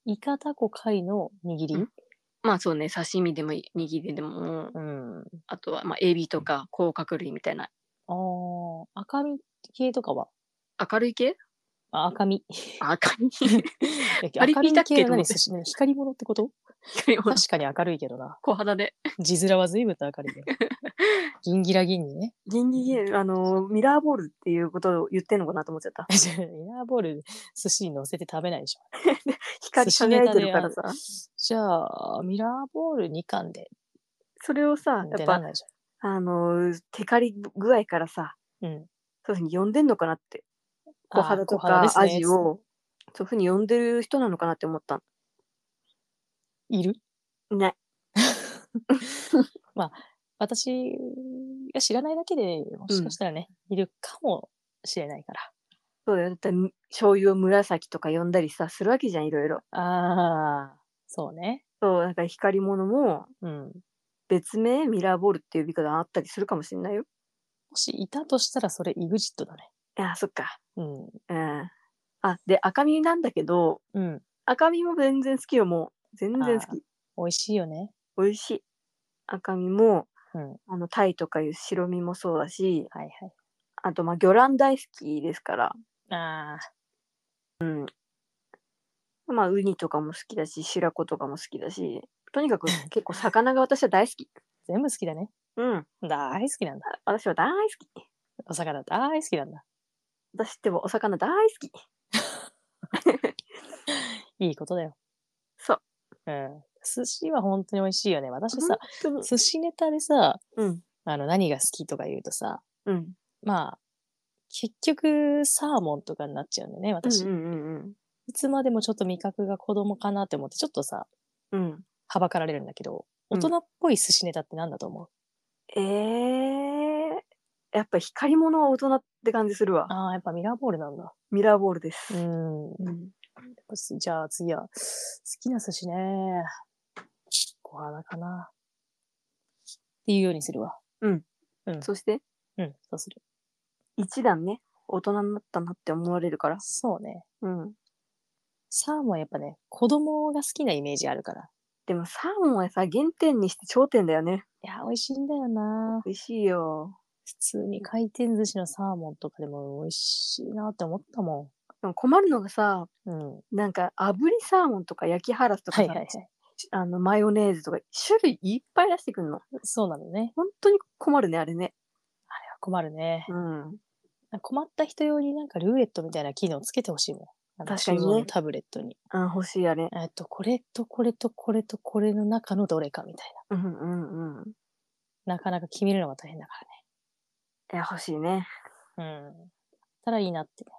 S1: イカタコ貝の握り、
S2: まあそうね、刺身でもい握りでも、
S1: うん、
S2: あとはまあエビとか甲殻類みたいな。
S1: ああ。赤身系とかは
S2: 明るい系
S1: あ赤
S2: *laughs*
S1: 身。
S2: あ赤い。 *laughs*
S1: いや
S2: パリ
S1: 明る
S2: ピだ
S1: い
S2: っけ
S1: 系は
S2: と思
S1: 何
S2: って
S1: 寿司ね光り物ってこと確かに明るいけどな。
S2: 小肌で。
S1: 字面は随分と明るい
S2: *laughs*
S1: よ。ギンギラギンにね。 *laughs*
S2: ギンギギあの、ミラーボールっていうことを言ってんのかなと思っちゃった。
S1: ミラーボール寿司に乗せて食べないでしょ。
S2: 光
S1: 寿司
S2: 輝
S1: ネ
S2: い
S1: タ
S2: て
S1: で
S2: るからさ。
S1: じゃあ、ミラーボール2巻で。
S2: それをさ、
S1: っ
S2: やって
S1: なん
S2: ぱ、
S1: ないでし
S2: あの、テカリ具合からさ、
S1: ょ。うん。
S2: そういうふうに呼んでんのかなって。
S1: あー
S2: 小肌と
S1: 小肌
S2: か
S1: ですね
S2: アジを、そういうふうに呼んでる人なのかなって思った
S1: いる
S2: の。ね。
S1: 私が知らないだけで、もしかしたらね、いるかもしれないから。
S2: そうだよ。だって、醤油を紫とか呼んだりさ、するわけじゃん、いろいろ。
S1: ああ、そうね。
S2: そう、だから光り物も、
S1: うん。も
S2: 別名ミラーボールっていう呼び方があったりするかもしれないよ。
S1: しいたとしたら、それ、イグジットだね。
S2: あ、そっか。
S1: うん。
S2: うん。あ、で、赤身なんだけど、
S1: うん。
S2: 赤身も全然好きよ、もう。全然好き。
S1: 美味しいよね。
S2: 美味しい。赤身も、
S1: うん。はい
S2: あの、タイとかいう白身もそうだし、
S1: はい。
S2: あと、まあ、魚卵大好きですから、
S1: ああ、
S2: まあ、ウニとかも好きだし、白子とかも好きだし、とに
S1: *laughs*
S2: かく結構魚が私は大好き。
S1: 全部好きだね。
S2: うん。
S1: 大好きなんだ。
S2: あ私は大好き。
S1: お魚大好きなんだ。
S2: 私ってお魚大好き。
S1: いいことだよ。
S2: そう。
S1: うん。寿司は本当に美味しいよね。 *laughs* 私
S2: 本
S1: さ、
S2: 当に。
S1: 寿司ネタでさ、
S2: うん。
S1: あの、何が好きとか言うとさ、
S2: うん。
S1: まあ、結局、サーモンとかになっちゃうんだよね、
S2: うん
S1: 私。
S2: うんうん
S1: いつまでもちょっと味覚が子供かなって思って、ちょっとさ、
S2: うん。うん。
S1: はばかられるんだけど、
S2: う
S1: 大
S2: ん
S1: 人っぽい寿司ネタって何だと思う、
S2: えー、やっぱ光り物は大人って感じするわ。
S1: ああ、やっぱミラーボールなんだ。
S2: ミラーボールで
S1: う
S2: す。
S1: ん。
S2: うん、
S1: じゃあ次は、好きな寿司ね。小肌かな。っていうようにするわ。
S2: そして、
S1: うん、そうする。
S2: 一段ね、大人になったなって思われるから。
S1: そうね。
S2: うん。
S1: サーモンやっぱね、子供が好きなイメージあるから。
S2: でもサーモンはさ、原点にして頂点だよね。
S1: いや、美味しいんだよな。
S2: 美味しいよ。
S1: 普通に回転寿司のサーモンとかでも美味しいなって思ったも
S2: でも困るのがさ、
S1: ん。うん。
S2: なんか炙りサーモンとか焼きハラスとか
S1: は
S2: さ、
S1: いはいはい。
S2: あのマヨネーズとか種類いっぱい出してくんの。
S1: そうなのね。
S2: 本当に困るね、あれね。
S1: 困るね。
S2: うん。
S1: 困った人用になんかルーレットみたいな機能つけてほしいもん。あの
S2: 確かにね
S1: 注文のタブレットに。
S2: あ欲しい、あれ。
S1: えっと、これとこれとこれとこれの中のどれかみたい
S2: うんうんうん。
S1: な。なかなか決めるのが大変だか
S2: いや、欲しいね。
S1: らね。うん。たらいいなってね。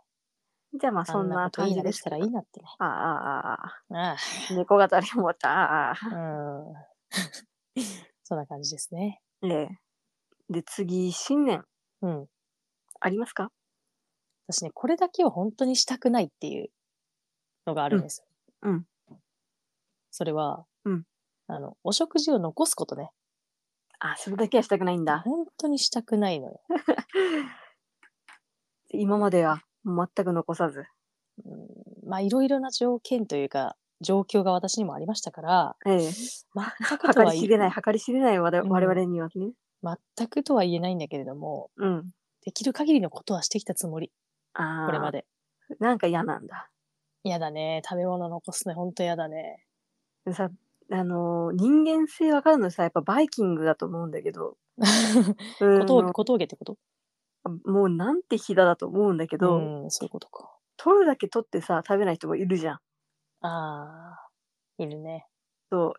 S2: じゃあまあそんな
S1: こといい
S2: 感じ
S1: な
S2: で
S1: ですき
S2: け
S1: た
S2: ど
S1: らいいなってね。
S2: ああああああ。
S1: あ
S2: 猫が誰もまた、
S1: あ、
S2: ああ
S1: うん。そんな感じですね。
S2: ええ。で、次、新年
S1: うん。
S2: ありますか
S1: 私ね、これだけは本当にしたくないっていうのがあるんですよ。
S2: うんうん
S1: それは、
S2: うん
S1: あの、お食事を残すことね。
S2: あ、それだけはしたくないんだ。
S1: 本当にしたくないのよ。
S2: 今までは全く残さず。
S1: うん、まあ、いろいろな条件というか、状況が私にもありましたから、
S2: ええ。
S1: 全くと
S2: 計
S1: は言
S2: り知
S1: い
S2: れない、計り知れない我
S1: うん
S2: 々我々にはね。
S1: 全くとは言えないんだけれども、
S2: うん。
S1: できる限りのことはしてきたつもり、
S2: ああ。
S1: これま。で。
S2: なんか嫌なんだ。
S1: 嫌だね。食べ物残すね。本当嫌だね。
S2: でさ、あのー人間性わかるのさ、やっぱバイキングだと思うんだけど。うん
S1: 小峠、小峠ってこと
S2: もうなんてひだだと思うんだけど、
S1: うん、そういうことか。
S2: 取るだけ取ってさ、食べない人もいるじゃん。
S1: ああ、いるね。
S2: そう。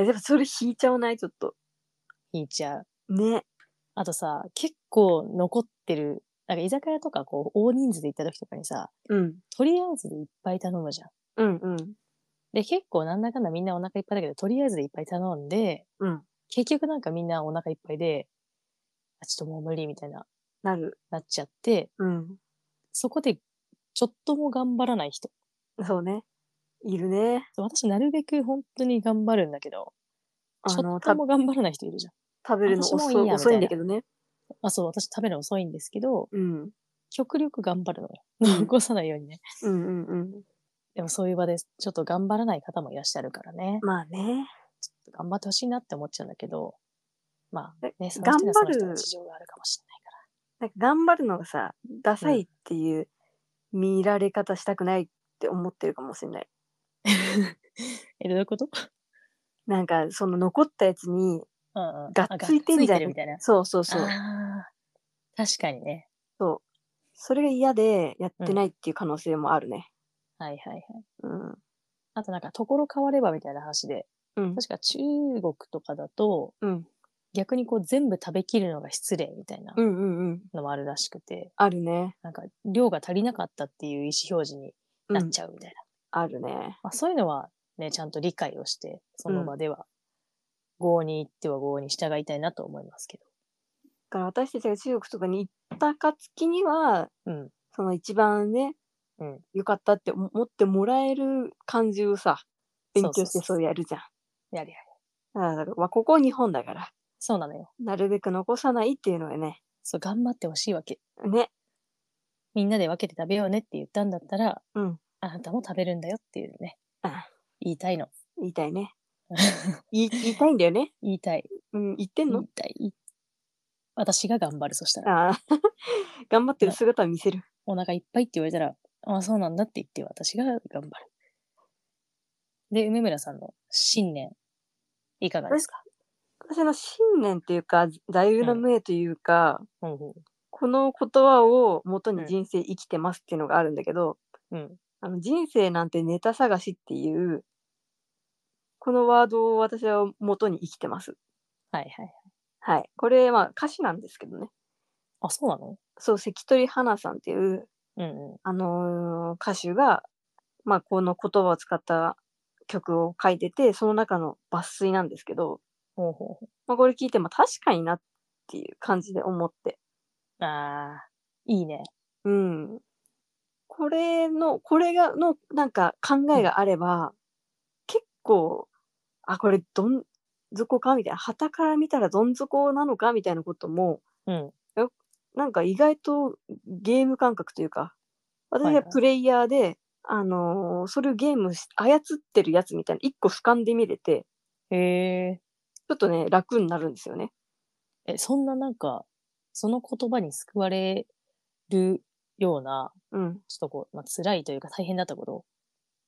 S2: えやっぱそれ引いちゃわないちょっと。
S1: ひいちゃう。
S2: ね。
S1: あとさ、結構残ってる、なんか居酒屋とかこう、大人数で行った時とかにさ、
S2: うん。
S1: とりあえずでいっぱい頼むじゃん。
S2: うんうん。
S1: で、結構なんだかんだみんなお腹いっぱいだけど、とりあえずでいっぱい頼んで、
S2: うん。
S1: 結局なんかみんなお腹いっぱいで、あ、ちょっともう無理みたいな、
S2: なる。
S1: なっちゃって、
S2: うん。
S1: そこでちょっとも頑張らない人。
S2: そうね。いるね。
S1: 私なるべく本当に頑張るんだけど、
S2: あ
S1: ちょ
S2: の、
S1: ったとも頑張らない人いるじゃん。
S2: 食べるの
S1: 私も
S2: 遅
S1: いいやみたいな
S2: 遅いんだけどね。
S1: まあそう、私食べるの遅いんですけど、
S2: うん。
S1: 極力頑張るのよ。
S2: うん
S1: 残さないようにね。
S2: うんうんうん。
S1: でもそういう場でちょっと頑張らない方もいらっしゃるからね。
S2: まあね。
S1: 頑張ってほしいなって思っちゃうんだけど、まあ
S2: え
S1: ね、その人にはそ
S2: 頑
S1: の
S2: 張る
S1: 人の事情があるかもしれないか
S2: なんか頑張るのがさ、ダサいっていう見られ方したくないって思ってるかもしれない。
S1: ら。え、どういうこと
S2: なんか、その残ったやつに、
S1: うんうん。
S2: がっついてんじゃ
S1: あがっついて
S2: ん
S1: るみたいな。
S2: そうそうそう。
S1: あー確かにね。
S2: そう。それが嫌でやってないっていう可能性もあるね。
S1: はいはいはい。
S2: うん。
S1: あとなんか、ところ変わればみたいな話で、
S2: うん。
S1: 確か中国とかだと、
S2: うん。
S1: 逆にこう全部食べきるのが失礼みたいな
S2: うんうんうん。
S1: のもあるらしくて、
S2: あるね。
S1: なんか量が足りなかったっていう意思表示に
S2: う
S1: なっ
S2: ん。
S1: ちゃうみたいな。
S2: あるね。
S1: まあ、そういうのはね、ちゃんと理解をして、その場では、合に行っては合に従いたいなと思いますけど。
S2: から私たちが中国とかに行った暁には、
S1: うん。
S2: その一番ね、
S1: うん
S2: よかったって思ってもらえる感じをさ、勉強し
S1: そ
S2: て
S1: うそうそう
S2: そうやるじゃん。
S1: やりやり。
S2: だから、まあ、ここ日本だから、
S1: そうなのよ。
S2: なるべく残さないっていうのはね、
S1: そう、頑張ってほしいわけ。
S2: ね、
S1: みんなで分けて食べようねって言ったんだったら、
S2: うん、
S1: あなたも食べるんだよっていうね、
S2: うん
S1: 言いたいの。
S2: 言いたい *laughs* ね。言い言いたいんだよね。
S1: 言いたい。
S2: うん、言ってん
S1: 言
S2: の
S1: いたい。私が頑張る。そしたら、
S2: ああ、 *laughs* 頑張ってる姿を見せる。
S1: お腹いっぱいって言われたら、ああ、そうなんだって言って私が頑張る。で、梅村さんの信念、いかがですか
S2: 私の信念っていうか、座右の銘というか、
S1: うんうん。
S2: この言葉を元
S1: う
S2: に
S1: ん
S2: 人生生きてますっていうのがあるんだけど、
S1: うん。
S2: あの人生なんてネタ探しっていう、このワードを私は元に生きてます。
S1: はいはい。
S2: はい。これ、まあ歌詞なんですけどね。
S1: あ、そうなの
S2: そう、関取花さんっていう、
S1: うんうん。
S2: あのー歌手が、まあこの言葉を使った曲を書いてて、その中の抜粋なんですけど、
S1: ほうほうほ
S2: まあこれ聞いても確かになっていう感じで思って。
S1: う。ああ、いいね。
S2: うん。これの、これが、の、なんか考えがあれば、結構、あ、これどん底かみたいな、旗から見たらどん底なのかみたいなことも、
S1: うん。
S2: なんか意外とゲーム感覚というか、私
S1: はいは
S2: はいプレイヤーで、あのーそれをゲームし操ってるやつみたいな、一個俯瞰で見れて、
S1: へえ。
S2: ちょっとね、楽になるんですよね。
S1: え、そんななんか、その言葉に救われるような、
S2: うん。
S1: ちょっとこう、まあ、辛いというか大変だったこと、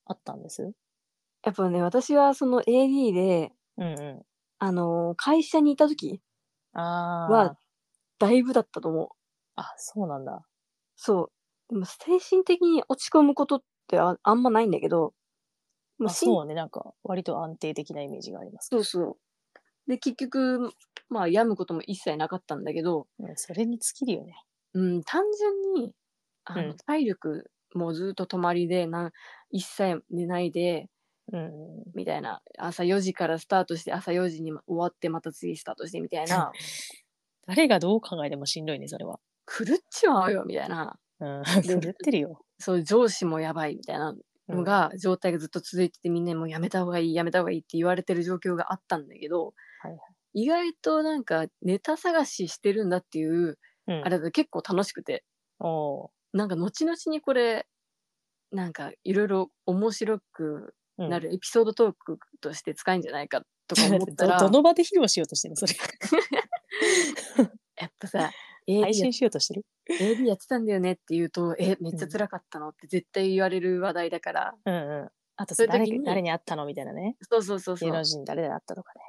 S1: あったんです
S2: やっぱね、私はその AD で、
S1: うんう
S2: あのー会社にいた時、
S1: ん。あ
S2: は
S1: あ。
S2: だいぶだったと思う。
S1: あ、そうなんだ。
S2: そう。でも精神的に落ち込むことってああんまないんだけど、
S1: ま
S2: ま
S1: あ、
S2: あ、しん
S1: そうね。なんか、割と安定的なイメージがあります。
S2: そうそう。で、結局、まあ、病むことも一切なかったんだけど、
S1: うん、それに尽きるよね。
S2: うん、単純に、あの、
S1: うん
S2: 体力もずっと止まりで、なん一切寝ないで、
S1: うんうん。
S2: *laughs* みたいな、朝4時からスタートして、朝4時に終わって、また次スタートして、みたいな、
S1: 誰がどう考えてもしんどいね、それは。
S2: 狂っちまうよ、みたいな、
S1: うん。狂ってるよ。
S2: そう、上司もやばい、みたいな
S1: う
S2: の
S1: ん、
S2: が、状態がずっと続いてて、みんなにもうやめた方がいい、やめた方がいいって言われてる状況があったんだけど、
S1: はいはい
S2: 意外となんかネタ探ししてるんだっていう、
S1: うん、
S2: あれだと結構楽しくて、
S1: お
S2: なんか後々にこれ、なんかいろいろ面白く
S1: う
S2: な。るエピソードトークとして使えんじゃないかとか
S1: うん、
S2: 思ったら、
S1: *laughs* どどの場で披露しようとしてるのそれ。
S2: やっぱさ、
S1: 配
S2: AD や
S1: 信しようとしてる
S2: AD やってたんだよねって言うと、え、めっちゃ辛かったのって絶対言われる話題だから、
S1: うんうん。あと
S2: そういう時
S1: 誰
S2: に
S1: 誰に会ったのみたいなね。
S2: そうそうそうそ
S1: 芸能
S2: う。
S1: 人誰で会ったとかね。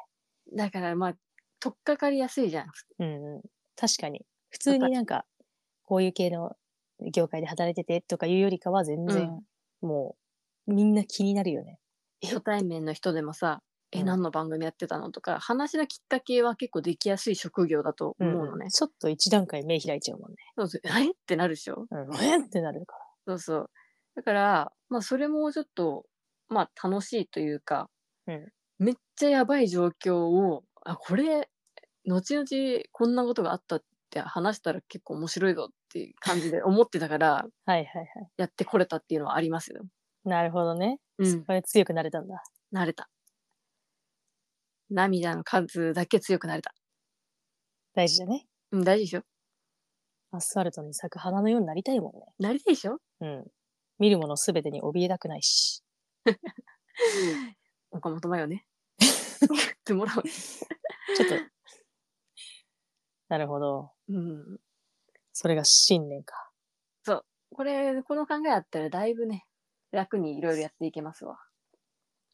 S2: だからまあ、取っかかりやすいじゃん。
S1: うんうん、確かに普通になんかこういう系の業界で働いててとかいうよりかは全然もうみんな気になるよね。
S2: 初対面の人でもさ、
S1: う
S2: え、
S1: ん
S2: 何の番組やってたのとか、話のきっかけは結構できやすい職業だと思うのね。
S1: ちょっと一段階目開いちゃうもんね。
S2: そうそう、えってなるでしょ
S1: うん、えってなるか
S2: そうそう。だから、まあ、それもちょっと、まあ、楽しいというか、
S1: うん
S2: めっちゃやばい状況を、あ、これ、後々こんなことがあったって話したら結構面白いぞっていう感じで思ってたから、 *laughs*
S1: ら。はいはいはい。
S2: やってこれたっていうのはありますよ。
S1: なるほどね。
S2: う
S1: そ
S2: ん、
S1: こで強くなれたんだ。
S2: 慣れた。涙の数だけ強くなれた。
S1: 大事だね。
S2: うん、大事でしょ
S1: アスファルトに咲く花のようになりたいもんね。
S2: なりたいでしょ
S1: うん。見るものすべてに怯えたくないし。
S2: 岡本真
S1: *laughs*
S2: よね。 *laughs* やってもらおう。
S1: ち
S2: *laughs*
S1: ょっと。なるほど。
S2: うん。
S1: それが信念か。
S2: これ、この考えあったらだいぶね、楽にいろいろやっていけますわ。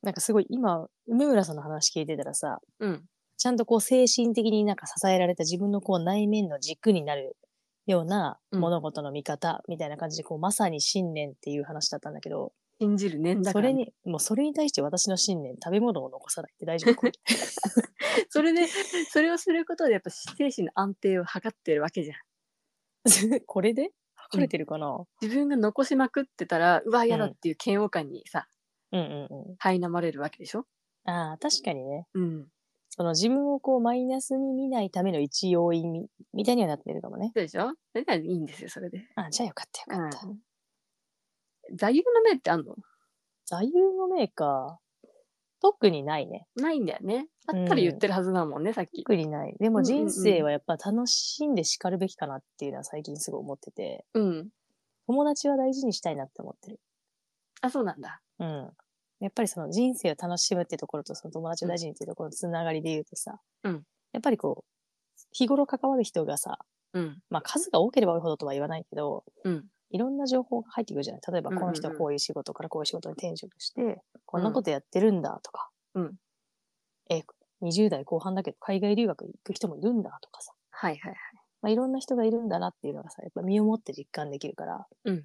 S1: なんかすごい今、梅村さんの話聞いてたらさ、
S2: うん。
S1: ちゃんとこう精神的になんか支えられた自分のこう内面の軸になるような
S2: うん
S1: 物事の見方みたいな感じでこうまさに信念っていう話だったんだけど、
S2: 信じる念だか
S1: そ
S2: ら、
S1: れ
S2: ね。
S1: に、もうそれに対して私の信念、食べ物を残さないって大丈夫 *laughs*
S2: そ *laughs* れで、それをすることでやっぱ精神の安定を図ってるわけじゃん。
S1: これで測れてるかな、
S2: 自分が残しまくってたら、うわ、嫌だ
S1: うん
S2: っていう嫌悪感にさ、
S1: うん、うんうんう
S2: 苛まれるわけでしょ
S1: んああ、確かにね。
S2: うん。
S1: その自分をこうマイナスに見ないための一要因みみたいにはなってるかもね。
S2: そうでしょそれならいいんですよ、それで。
S1: あ、じゃあよかったよかった。
S2: うん座右の銘ってあんの
S1: 座右の銘か。特にないね。
S2: ないんだよね。あったら言ってるはずだもんね、さっき。
S1: 特にない。でも
S2: うんうんうん
S1: 人生はやっぱ楽しんで叱るべきかなっていうのは最近すごい思ってて、
S2: うん。
S1: 友達は大事にしたいなって思ってる。
S2: あ、そうなんだ。
S1: うん。やっぱりその人生を楽しむってところとその友達を大事にっていうところのつながりで言うとさ、
S2: うん
S1: やっぱりこう、日頃関わる人がさ、
S2: うん。
S1: まあ数が多ければ多いほどとは言わないけど、
S2: うん。
S1: いろんな情報が入ってくるじゃない。例えば、
S2: うんうん
S1: こ
S2: うん
S1: の人はこういう仕事からこういう仕事に転職して、こんなことやってるんだとか、
S2: うん
S1: え、20代後半だけど海外留学行く人もいるんだとかさ、
S2: はいはいはい。
S1: まあ、いろんな人がいるんだなっていうのがさ、やっぱ身をもって実感できるから、
S2: うん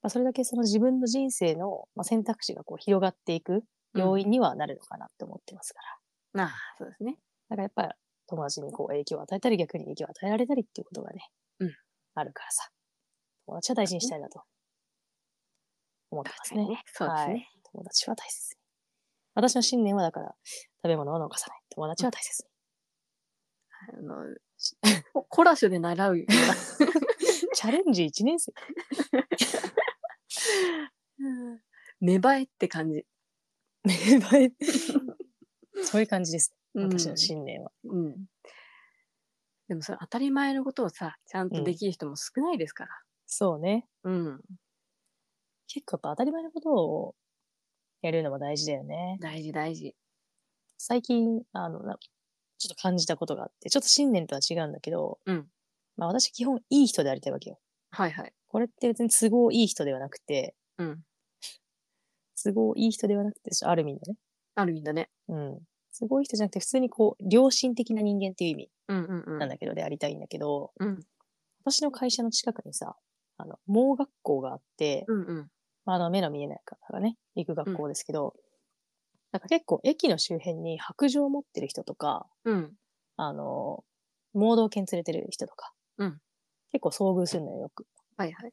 S1: まあ、それだけその自分の人生のまあ選択肢がこう広がっていく要因にはなるのかなって思ってますか
S2: なあ、そうですね。
S1: ら。だからやっぱ友達にこう影響を与えたり逆に影響を与えられたりっていうことがね、
S2: うん
S1: あるからさ、友達は大事にしたいなと思ってますね。
S2: ね。そうです
S1: はい。
S2: ね
S1: 友達は大切に。私の信念はだから、食べ物を残さない。友達は大切に。
S2: あの、し *laughs* コラッシュで習うよ。
S1: チャレンジ1年生。 *laughs*
S2: うん芽生えって感じ。
S1: 芽生えそういう感じです。
S2: うん
S1: 私の信念は。
S2: うん。でもそれ当たり前のことをさ、ちゃんとできる人も少ないですから。
S1: そうね。
S2: うん。
S1: 結構やっぱ当たり前のことをやるのも大事だよね。
S2: 大事大事。
S1: 最近、あの、なちょっと感じたことがあって、ちょっと信念とは違うんだけど、
S2: うん
S1: まあ私基本いい人でありたいわけよ。
S2: はいはい。
S1: これって別に都合いい人ではなくて、
S2: うん。
S1: 都合いい人ではなくて、ある意味のね。
S2: ある意味だね。
S1: うん。すごい人じゃなくて、普通にこう、良心的な人間っていう意味
S2: うんうんうん。
S1: なんだけど、でありたいんだけど、
S2: うん。
S1: 私の会社の近くにさ、あの、盲学校があって、
S2: うんうん。
S1: まあ、あの、目の見えない方がね、行く学校ですけど、なんか結構駅の周辺に白杖を持ってる人とか、
S2: うん。
S1: あの、盲導犬連れてる人とか、
S2: うん
S1: 結構遭遇するのよ、よく。
S2: はいはい。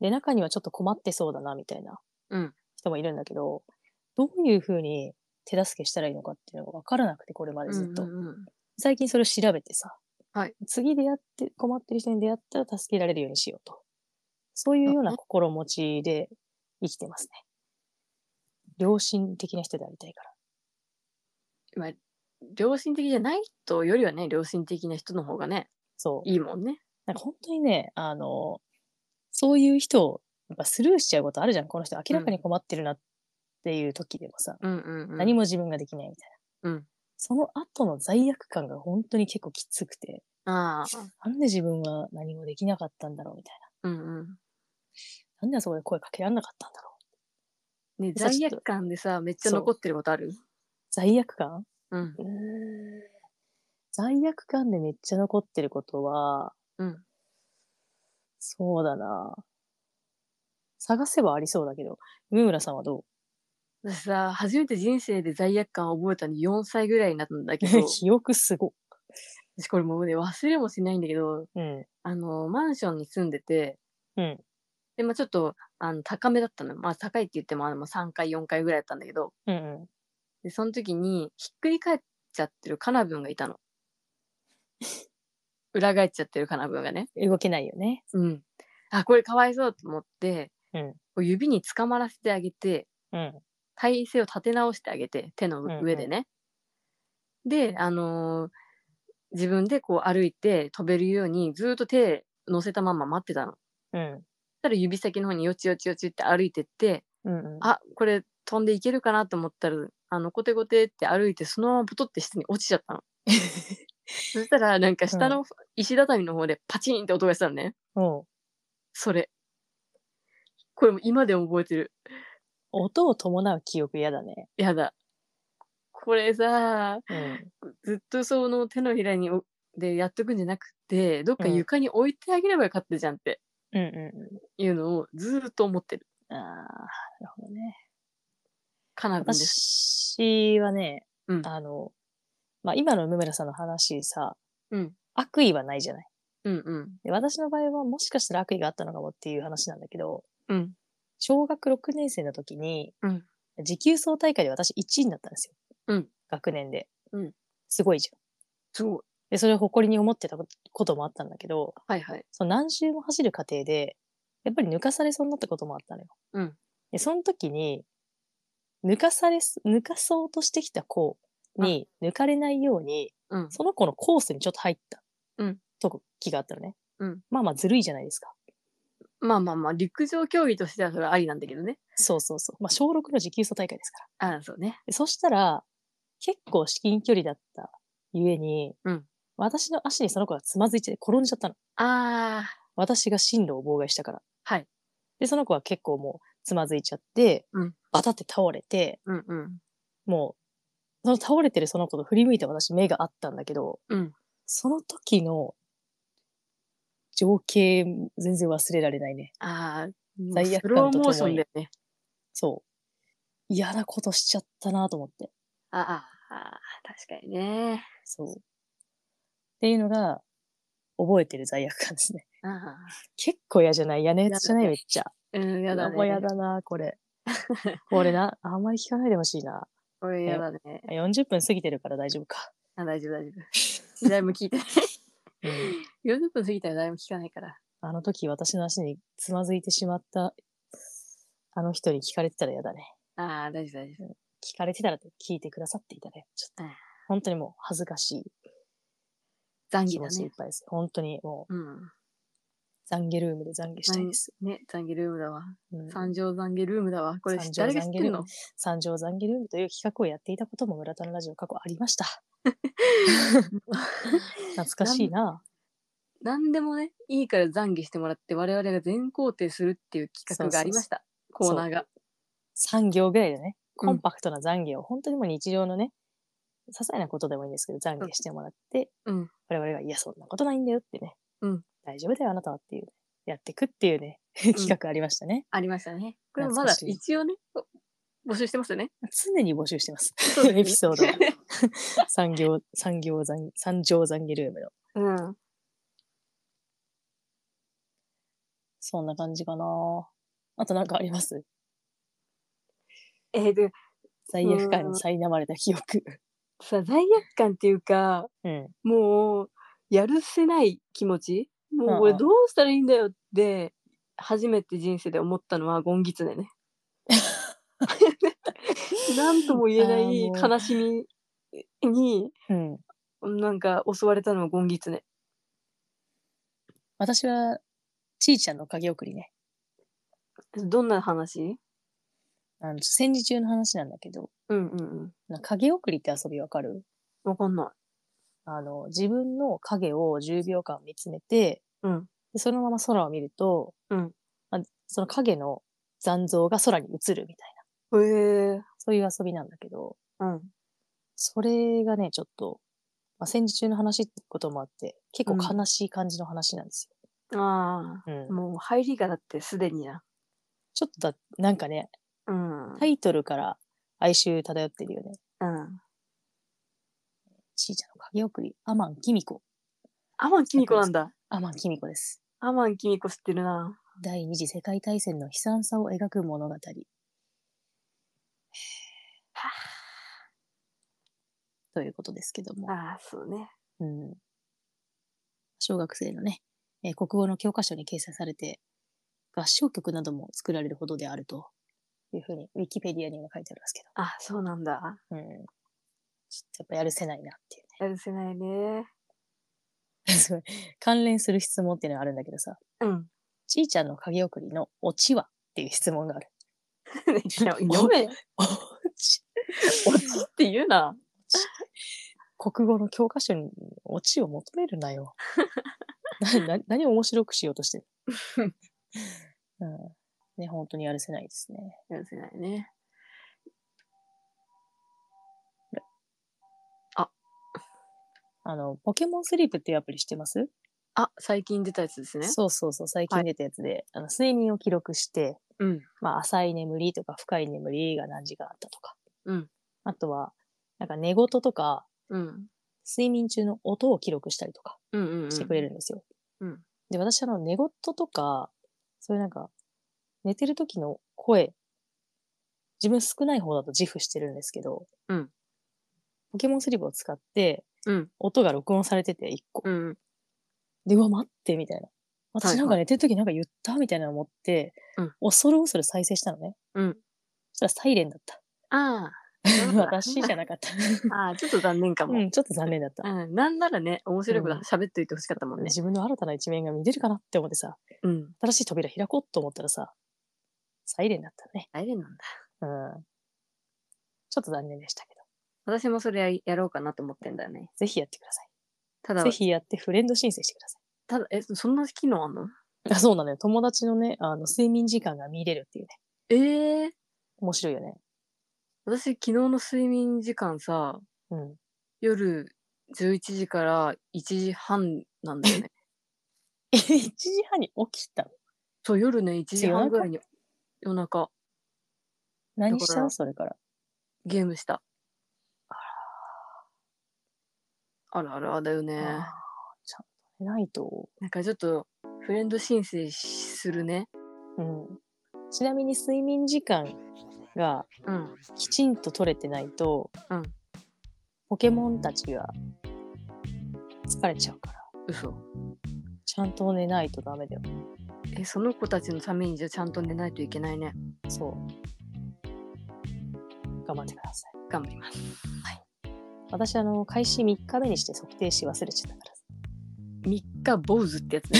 S1: で、中にはちょっと困ってそうだな、みたいな
S2: うん
S1: 人もいるんだけど、どういうふうに手助けしたらいいのかっていうのが分からなくて、これまでずっと。
S2: うんうんうん
S1: 最近それを調べてさ、
S2: はい
S1: 次出会って、困ってる人に出会ったら助けられるようにしようと。そういうような心持ちで生きてますね。良心的な人でありたいから。
S2: まあ、良心的じゃない人よりはね、良心的な人の方がね、
S1: そう。
S2: いいもんね。
S1: なんか本当にね、あの、そういう人をやっぱスルーしちゃうことあるじゃん。この人明らかに困ってるなっていう時でもさ、
S2: うんうん、うん。
S1: 何も自分ができないみたいな。
S2: うん
S1: その後の罪悪感が本当に結構きつくて、
S2: ああ。
S1: なんで自分は何もできなかったんだろうみたい
S2: うんうん。
S1: な。なんであそこで声かけられなかったんだろう
S2: ね、
S1: さ
S2: 罪
S1: ちょっ
S2: 悪
S1: と
S2: 感でさ、めっちゃ
S1: そう
S2: 残ってることある
S1: 罪悪感
S2: うん。
S1: 罪悪感でめっちゃ残ってることは、
S2: うん。
S1: そうだな探せばありそうだけど、梅村さんはど
S2: 私さ、初めて人生で罪悪感を覚えたの4歳ぐらいになったんだ
S1: う、
S2: け
S1: *laughs*
S2: ど
S1: 記憶すご。
S2: 私これもうね、忘れもしないんだけど、
S1: うん。
S2: あの、マンションに住んでて、
S1: うん。
S2: で、まあちょっと、あの、高めだったのよ。まあ高いって言っても、あの、まあ3階、4階ぐらいだったんだけど、
S1: うんうん。
S2: で、その時に、ひっくり返っちゃってるカナブンがいたの。 *laughs* 裏返っちゃってるカナブンがね。
S1: 動けないよね。
S2: うん。あ、これかわいそうと思って、
S1: うん
S2: こう指につかまらせてあげて、
S1: うん。
S2: 体勢を立て直してあげて、手の
S1: うんうん
S2: 上でね。で、あのー自分でこう歩いて飛べるように、ずーっと手乗せたまま待ってたの。
S1: う
S2: そ
S1: ん。
S2: したら指先の方によちよちよちって歩いてって、
S1: うん、うん。
S2: あ、これ飛んでいけるかなと思ったら、あの、コテコテって歩いて、そのままポトって下に落ちち
S1: *laughs*
S2: ゃったの。そしたら、なんか下の石畳の方でパチンって音がしたのね。
S1: も
S2: それ。これも今でも覚えてる。
S1: う、音を伴う記憶嫌だね。
S2: やだ。これさ、
S1: うん。
S2: ずっとその手のひらにおでやっとくんじゃなくて、どっか床に置いてあげればよかったじゃんって
S1: うんう
S2: いうのをずーっと思ってる。
S1: んうん。ああ、なるほどね。
S2: カナブンです。
S1: 私はね、
S2: うん
S1: あの、まあ、今の梅村さんの話さ、
S2: うん。
S1: 悪意はないじゃない。
S2: うんうん。
S1: で私の場合はもしかしたら悪意があったのかもっていう話なんだけど、
S2: うん。
S1: 小学6年生の時に
S2: うん、
S1: 持久走大会で私1位になったんですよ。
S2: うん
S1: 学年で。
S2: うん
S1: すごいじゃん。
S2: すごい。
S1: で、それを誇りに思ってたこともあったんだけど、
S2: はいはい。
S1: その何周も走る過程で、やっぱり抜かされそうになったこともあったのよ。
S2: うん。
S1: で、その時に、抜かされす、抜かそうとしてきた子に抜かれないように、
S2: うん。
S1: その子のコースにちょっと入った。
S2: うん。
S1: と気があったのね。
S2: うん。
S1: まあまあずるいじゃないですか。
S2: まあまあまあ、陸上競技としてはそれはありなんだけどね。
S1: そうそうそう。まあ小6の持久走大会ですから。
S2: ああ、そうね。
S1: でそしたら、結構至近距離だったゆえに、
S2: うん
S1: 私の足にその子がつまずいて転んじゃったの。
S2: ああ、
S1: 私が進路を妨害したから。
S2: はい。
S1: で、その子は結構もうつまずいちゃって、
S2: うん
S1: バタって倒れて、
S2: うんうん。
S1: もう、その倒れてるその子と振り向いた私目があったんだけど、
S2: うん。
S1: その時の情景、全然忘れられないね。
S2: ああ、
S1: 罪悪
S2: スロ
S1: 感とともに
S2: ーモーションだよね。
S1: そう。嫌なことしちゃったなと思って。
S2: ああ、ああ確かにね。
S1: そう。っていうのが、覚えてる罪悪感ですね。
S2: ああ、
S1: 結構嫌じゃない嫌なやつじゃない
S2: 嫌だね
S1: めっちゃ。
S2: うん、やだね。
S1: もう嫌だな、こ *laughs* れ。これな、あんまり聞かないでほしいな。
S2: これやだね。
S1: 40分過ぎてるから大丈夫か。
S2: あ、大丈夫大丈夫。誰も聞いてない。40分過ぎたら誰も聞かないから。
S1: あの時私の足につまずいてしまった、あの人に聞かれてたら嫌だね。
S2: ああ、大丈夫大丈夫。
S1: 聞かれてたらって聞いてくださっていたね。ちょっ
S2: うん
S1: と、本当にもう恥ずかし
S2: 残
S1: い
S2: 儀
S1: 気
S2: だ
S1: 持ちでい
S2: ね
S1: っ。ぱいです。本当にも
S2: うん。
S1: う、懺悔ルームで懺悔したいです。
S2: ね、懺悔ルームだわ。
S1: うん
S2: 三条懺悔ルームだわ。これ
S1: 三条
S2: 誰が知ってんの
S1: 三条懺悔ルームという企画をやっていたことも村田のラジオ過去ありました。
S2: *laughs*
S1: 懐かしいな。
S2: 何でもね、いいから懺悔してもらって、我々が全肯定するっていう企画がありました。
S1: うそう
S2: コーナーが。
S1: 3行ぐらいでね、
S2: うん
S1: コンパクトな懺悔を、本当にもう日常のね、些細なことでもいいんですけど、懺悔してもらって、
S2: うん
S1: 我々が、いや、そんなことないんだよってね、
S2: うん
S1: 大丈夫だよ、あなたはっていう、やってくっていうね、企画ありましたね。
S2: ありましたね。これもま
S1: 懐
S2: だ
S1: かしい
S2: 一応ね、募集してますよね。
S1: 常に募集してます。
S2: うです
S1: *laughs*
S2: ね
S1: エピソ
S2: *laughs*
S1: ードは。産業、産業懺、三条懺悔ルームの。
S2: *laughs* うん。
S1: そんな感じかなあとなんかあります
S2: えー、で、
S1: 罪悪感に苛まれた記憶。
S2: さ、罪悪感っていうか、
S1: うん。
S2: もう、やるせない気持ちもう
S1: うんう
S2: 俺
S1: ん
S2: どうしたらいいんだよって、初めて人生で思ったのはゴンギツ *laughs* ネね。なんとも言えな
S1: あー
S2: い
S1: もう
S2: 悲しみに、
S1: うん。
S2: なんか襲われたのはゴンギツネ。
S1: 私は、ちいちゃんの影送りね。
S2: どんな話
S1: あの、戦時中の話なんだけど、
S2: うんうんうん。
S1: な影送りって遊びわかる
S2: わかんない。
S1: あの、自分の影を10秒間見つめて、
S2: うん。
S1: でそのまま空を見ると、
S2: うん
S1: まあ、その影の残像が空に映るみたいな、
S2: へえ。
S1: そういう遊びなんだけど、
S2: うん。
S1: それがね、ちょっと、まあ、戦時中の話ってこともあって、結構悲しい感じの話なんです
S2: あ
S1: よ。
S2: あ。もう入りがだってすでにな。
S1: ちょっとだ、なんかね、
S2: うん。
S1: タイトルから哀愁漂ってるよね。
S2: うん。
S1: ちいちゃんの影送り、アマン・キミコ。
S2: アマンキミコなんだ。
S1: アマン・キミコです。
S2: アマンキミコ知ってるな。
S1: 第二次世界大戦の悲惨さを描く物語。 *sighs* ということですけども、
S2: ああ、そうね。
S1: うん、小学生のね、えー国語の教科書に掲載されて、合唱曲なども作られるほどであるというふうに、ウィキペディアには書いてありますけ
S2: あ、そうなんだ。
S1: ど、うん、ちょっとやっぱやるせないなっていう
S2: やるせないね。
S1: ね。すごい関連する質問っていうのがあるんだけどさ、
S2: *laughs* うん。
S1: ちいちゃんの影送りのオチはっていう質問がある。
S2: 読め。
S1: オチ
S2: 落ちって言うな。
S1: *laughs* 国語の教科書にオチを求めるなよ。なな何を面白くしようとしてる、 *laughs* うん、ね、本当にやるせないですね。
S2: やるせないね。
S1: あの、ポケモンスリープっていうアプリしてます、
S2: あ、最近出たやつですね。
S1: そうそうそう、最
S2: は
S1: 近
S2: い
S1: 出たやつで、あの睡眠を記録して、
S2: うん。
S1: まあ、浅い眠りとか深い眠りが何時間あったとか、
S2: うん
S1: あとは、なんか寝言とか、
S2: うん。
S1: 睡眠中の音を記録したりとか
S2: うんうん、うん。
S1: してくれるんですよ。
S2: うん
S1: で、私、あの、寝言とか、そういうなんか、寝てる時の声、自分少ない方だと自負してるんですけど、
S2: うん
S1: ポケモンスリーブを使って、
S2: うん
S1: 音が録音されてて、一個。
S2: うん。
S1: で、うわ、待って、みたいな。私なん
S2: は
S1: か
S2: い
S1: 寝てる時なんか言ったみたいなの思って、
S2: うん
S1: 恐る恐る再生したのね。
S2: うん。
S1: そしたらサイレンだった。
S2: あ *laughs* あ。
S1: *laughs* 私じゃなかった。
S2: ああ、ちょっと残念かも。
S1: うん、ちょっと残念だった。
S2: うん、なんならね、面白いこと
S1: うん
S2: 喋っといてほしかったもんね。
S1: 自分の新たな一面が見れるかなって思ってさ、
S2: うん。
S1: 新しい扉開こうと思ったらさ、サイレンだったね。
S2: 大変なんだ。
S1: うん。ちょっと残念でしたけど、
S2: 私もそれやりやろうかなと思ってんだよね。
S1: ぜひやってください。
S2: ただ
S1: ぜ、ひやってフレンド申請してくださ
S2: ただ、え、そんな機能あんの
S1: い。あそうなのよ。友達のね、あの、睡眠時間が見れるっていうね。
S2: ええ
S1: 面白いよね。
S2: 私昨日の睡眠時間さ、
S1: うん。 *laughs*
S2: 夜11時から1時半なんだよね。
S1: え、1時半に起きたの
S2: そう、夜ね、1時半ぐらいに夜中
S1: 何し
S2: だか
S1: た
S2: ら
S1: のそれから。
S2: ゲームした。あらあらだよ
S1: あ
S2: ね。
S1: ーちゃんと寝ないと。
S2: なんかちょっとフレンド申請するね。
S1: うん。ちなみに睡眠時間が
S2: うん。
S1: きちんと取れてないと、
S2: うん
S1: ポケモンたちが疲れちゃうから、
S2: 嘘。
S1: ちゃんと寝ないとダメだよ。
S2: え、その子たちのためにじゃあちゃんと寝ないといけないね。
S1: そう。頑張ってください。
S2: 頑張ります。
S1: 私、あの、開始3日目にして測定し忘れちゃったから。
S2: 3日坊主ってやつ *laughs* ね。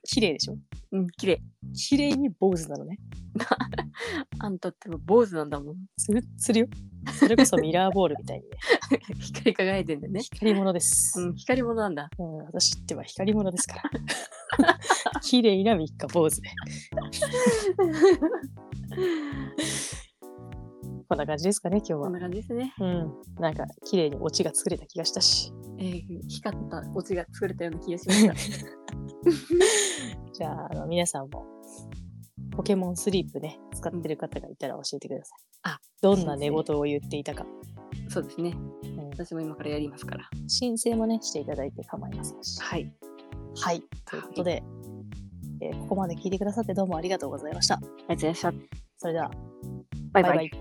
S1: *laughs* 綺麗でしょ
S2: うん、綺麗。
S1: 綺麗に坊主なのね。
S2: あんたってもう坊主なんだもん。 *laughs*
S1: つるっつるよ。それこそミラーボールみたいにね。
S2: 光り輝いてんだよね。
S1: 光り物です。
S2: うん、光り物なんだ。
S1: うん、私っては光り物ですから。 *laughs* 綺麗な三日坊
S2: *laughs*
S1: 主で。こんな感じですかね、今日
S2: こ
S1: は
S2: ん。な感じですね。
S1: うん。なんか、綺麗にオチが作れた気がしたし。
S2: えー光ったオチが作れたような気がしま *laughs* した。
S1: じゃあ、あの皆さんも、ポケモンスリープね、使ってる方がいたら教えてください。
S2: あ、
S1: どんな寝言を言っていたか。
S2: そうですね。
S1: う
S2: 私も今からやりますから。
S1: ん、申請もね、していただいて構いませんし。
S2: はい。
S1: はい。ということで、えーここまで聞いてくださってどうもありがとうございました。
S2: ありがとうございました。
S1: それでは、
S2: バイバイ。
S1: バイバイ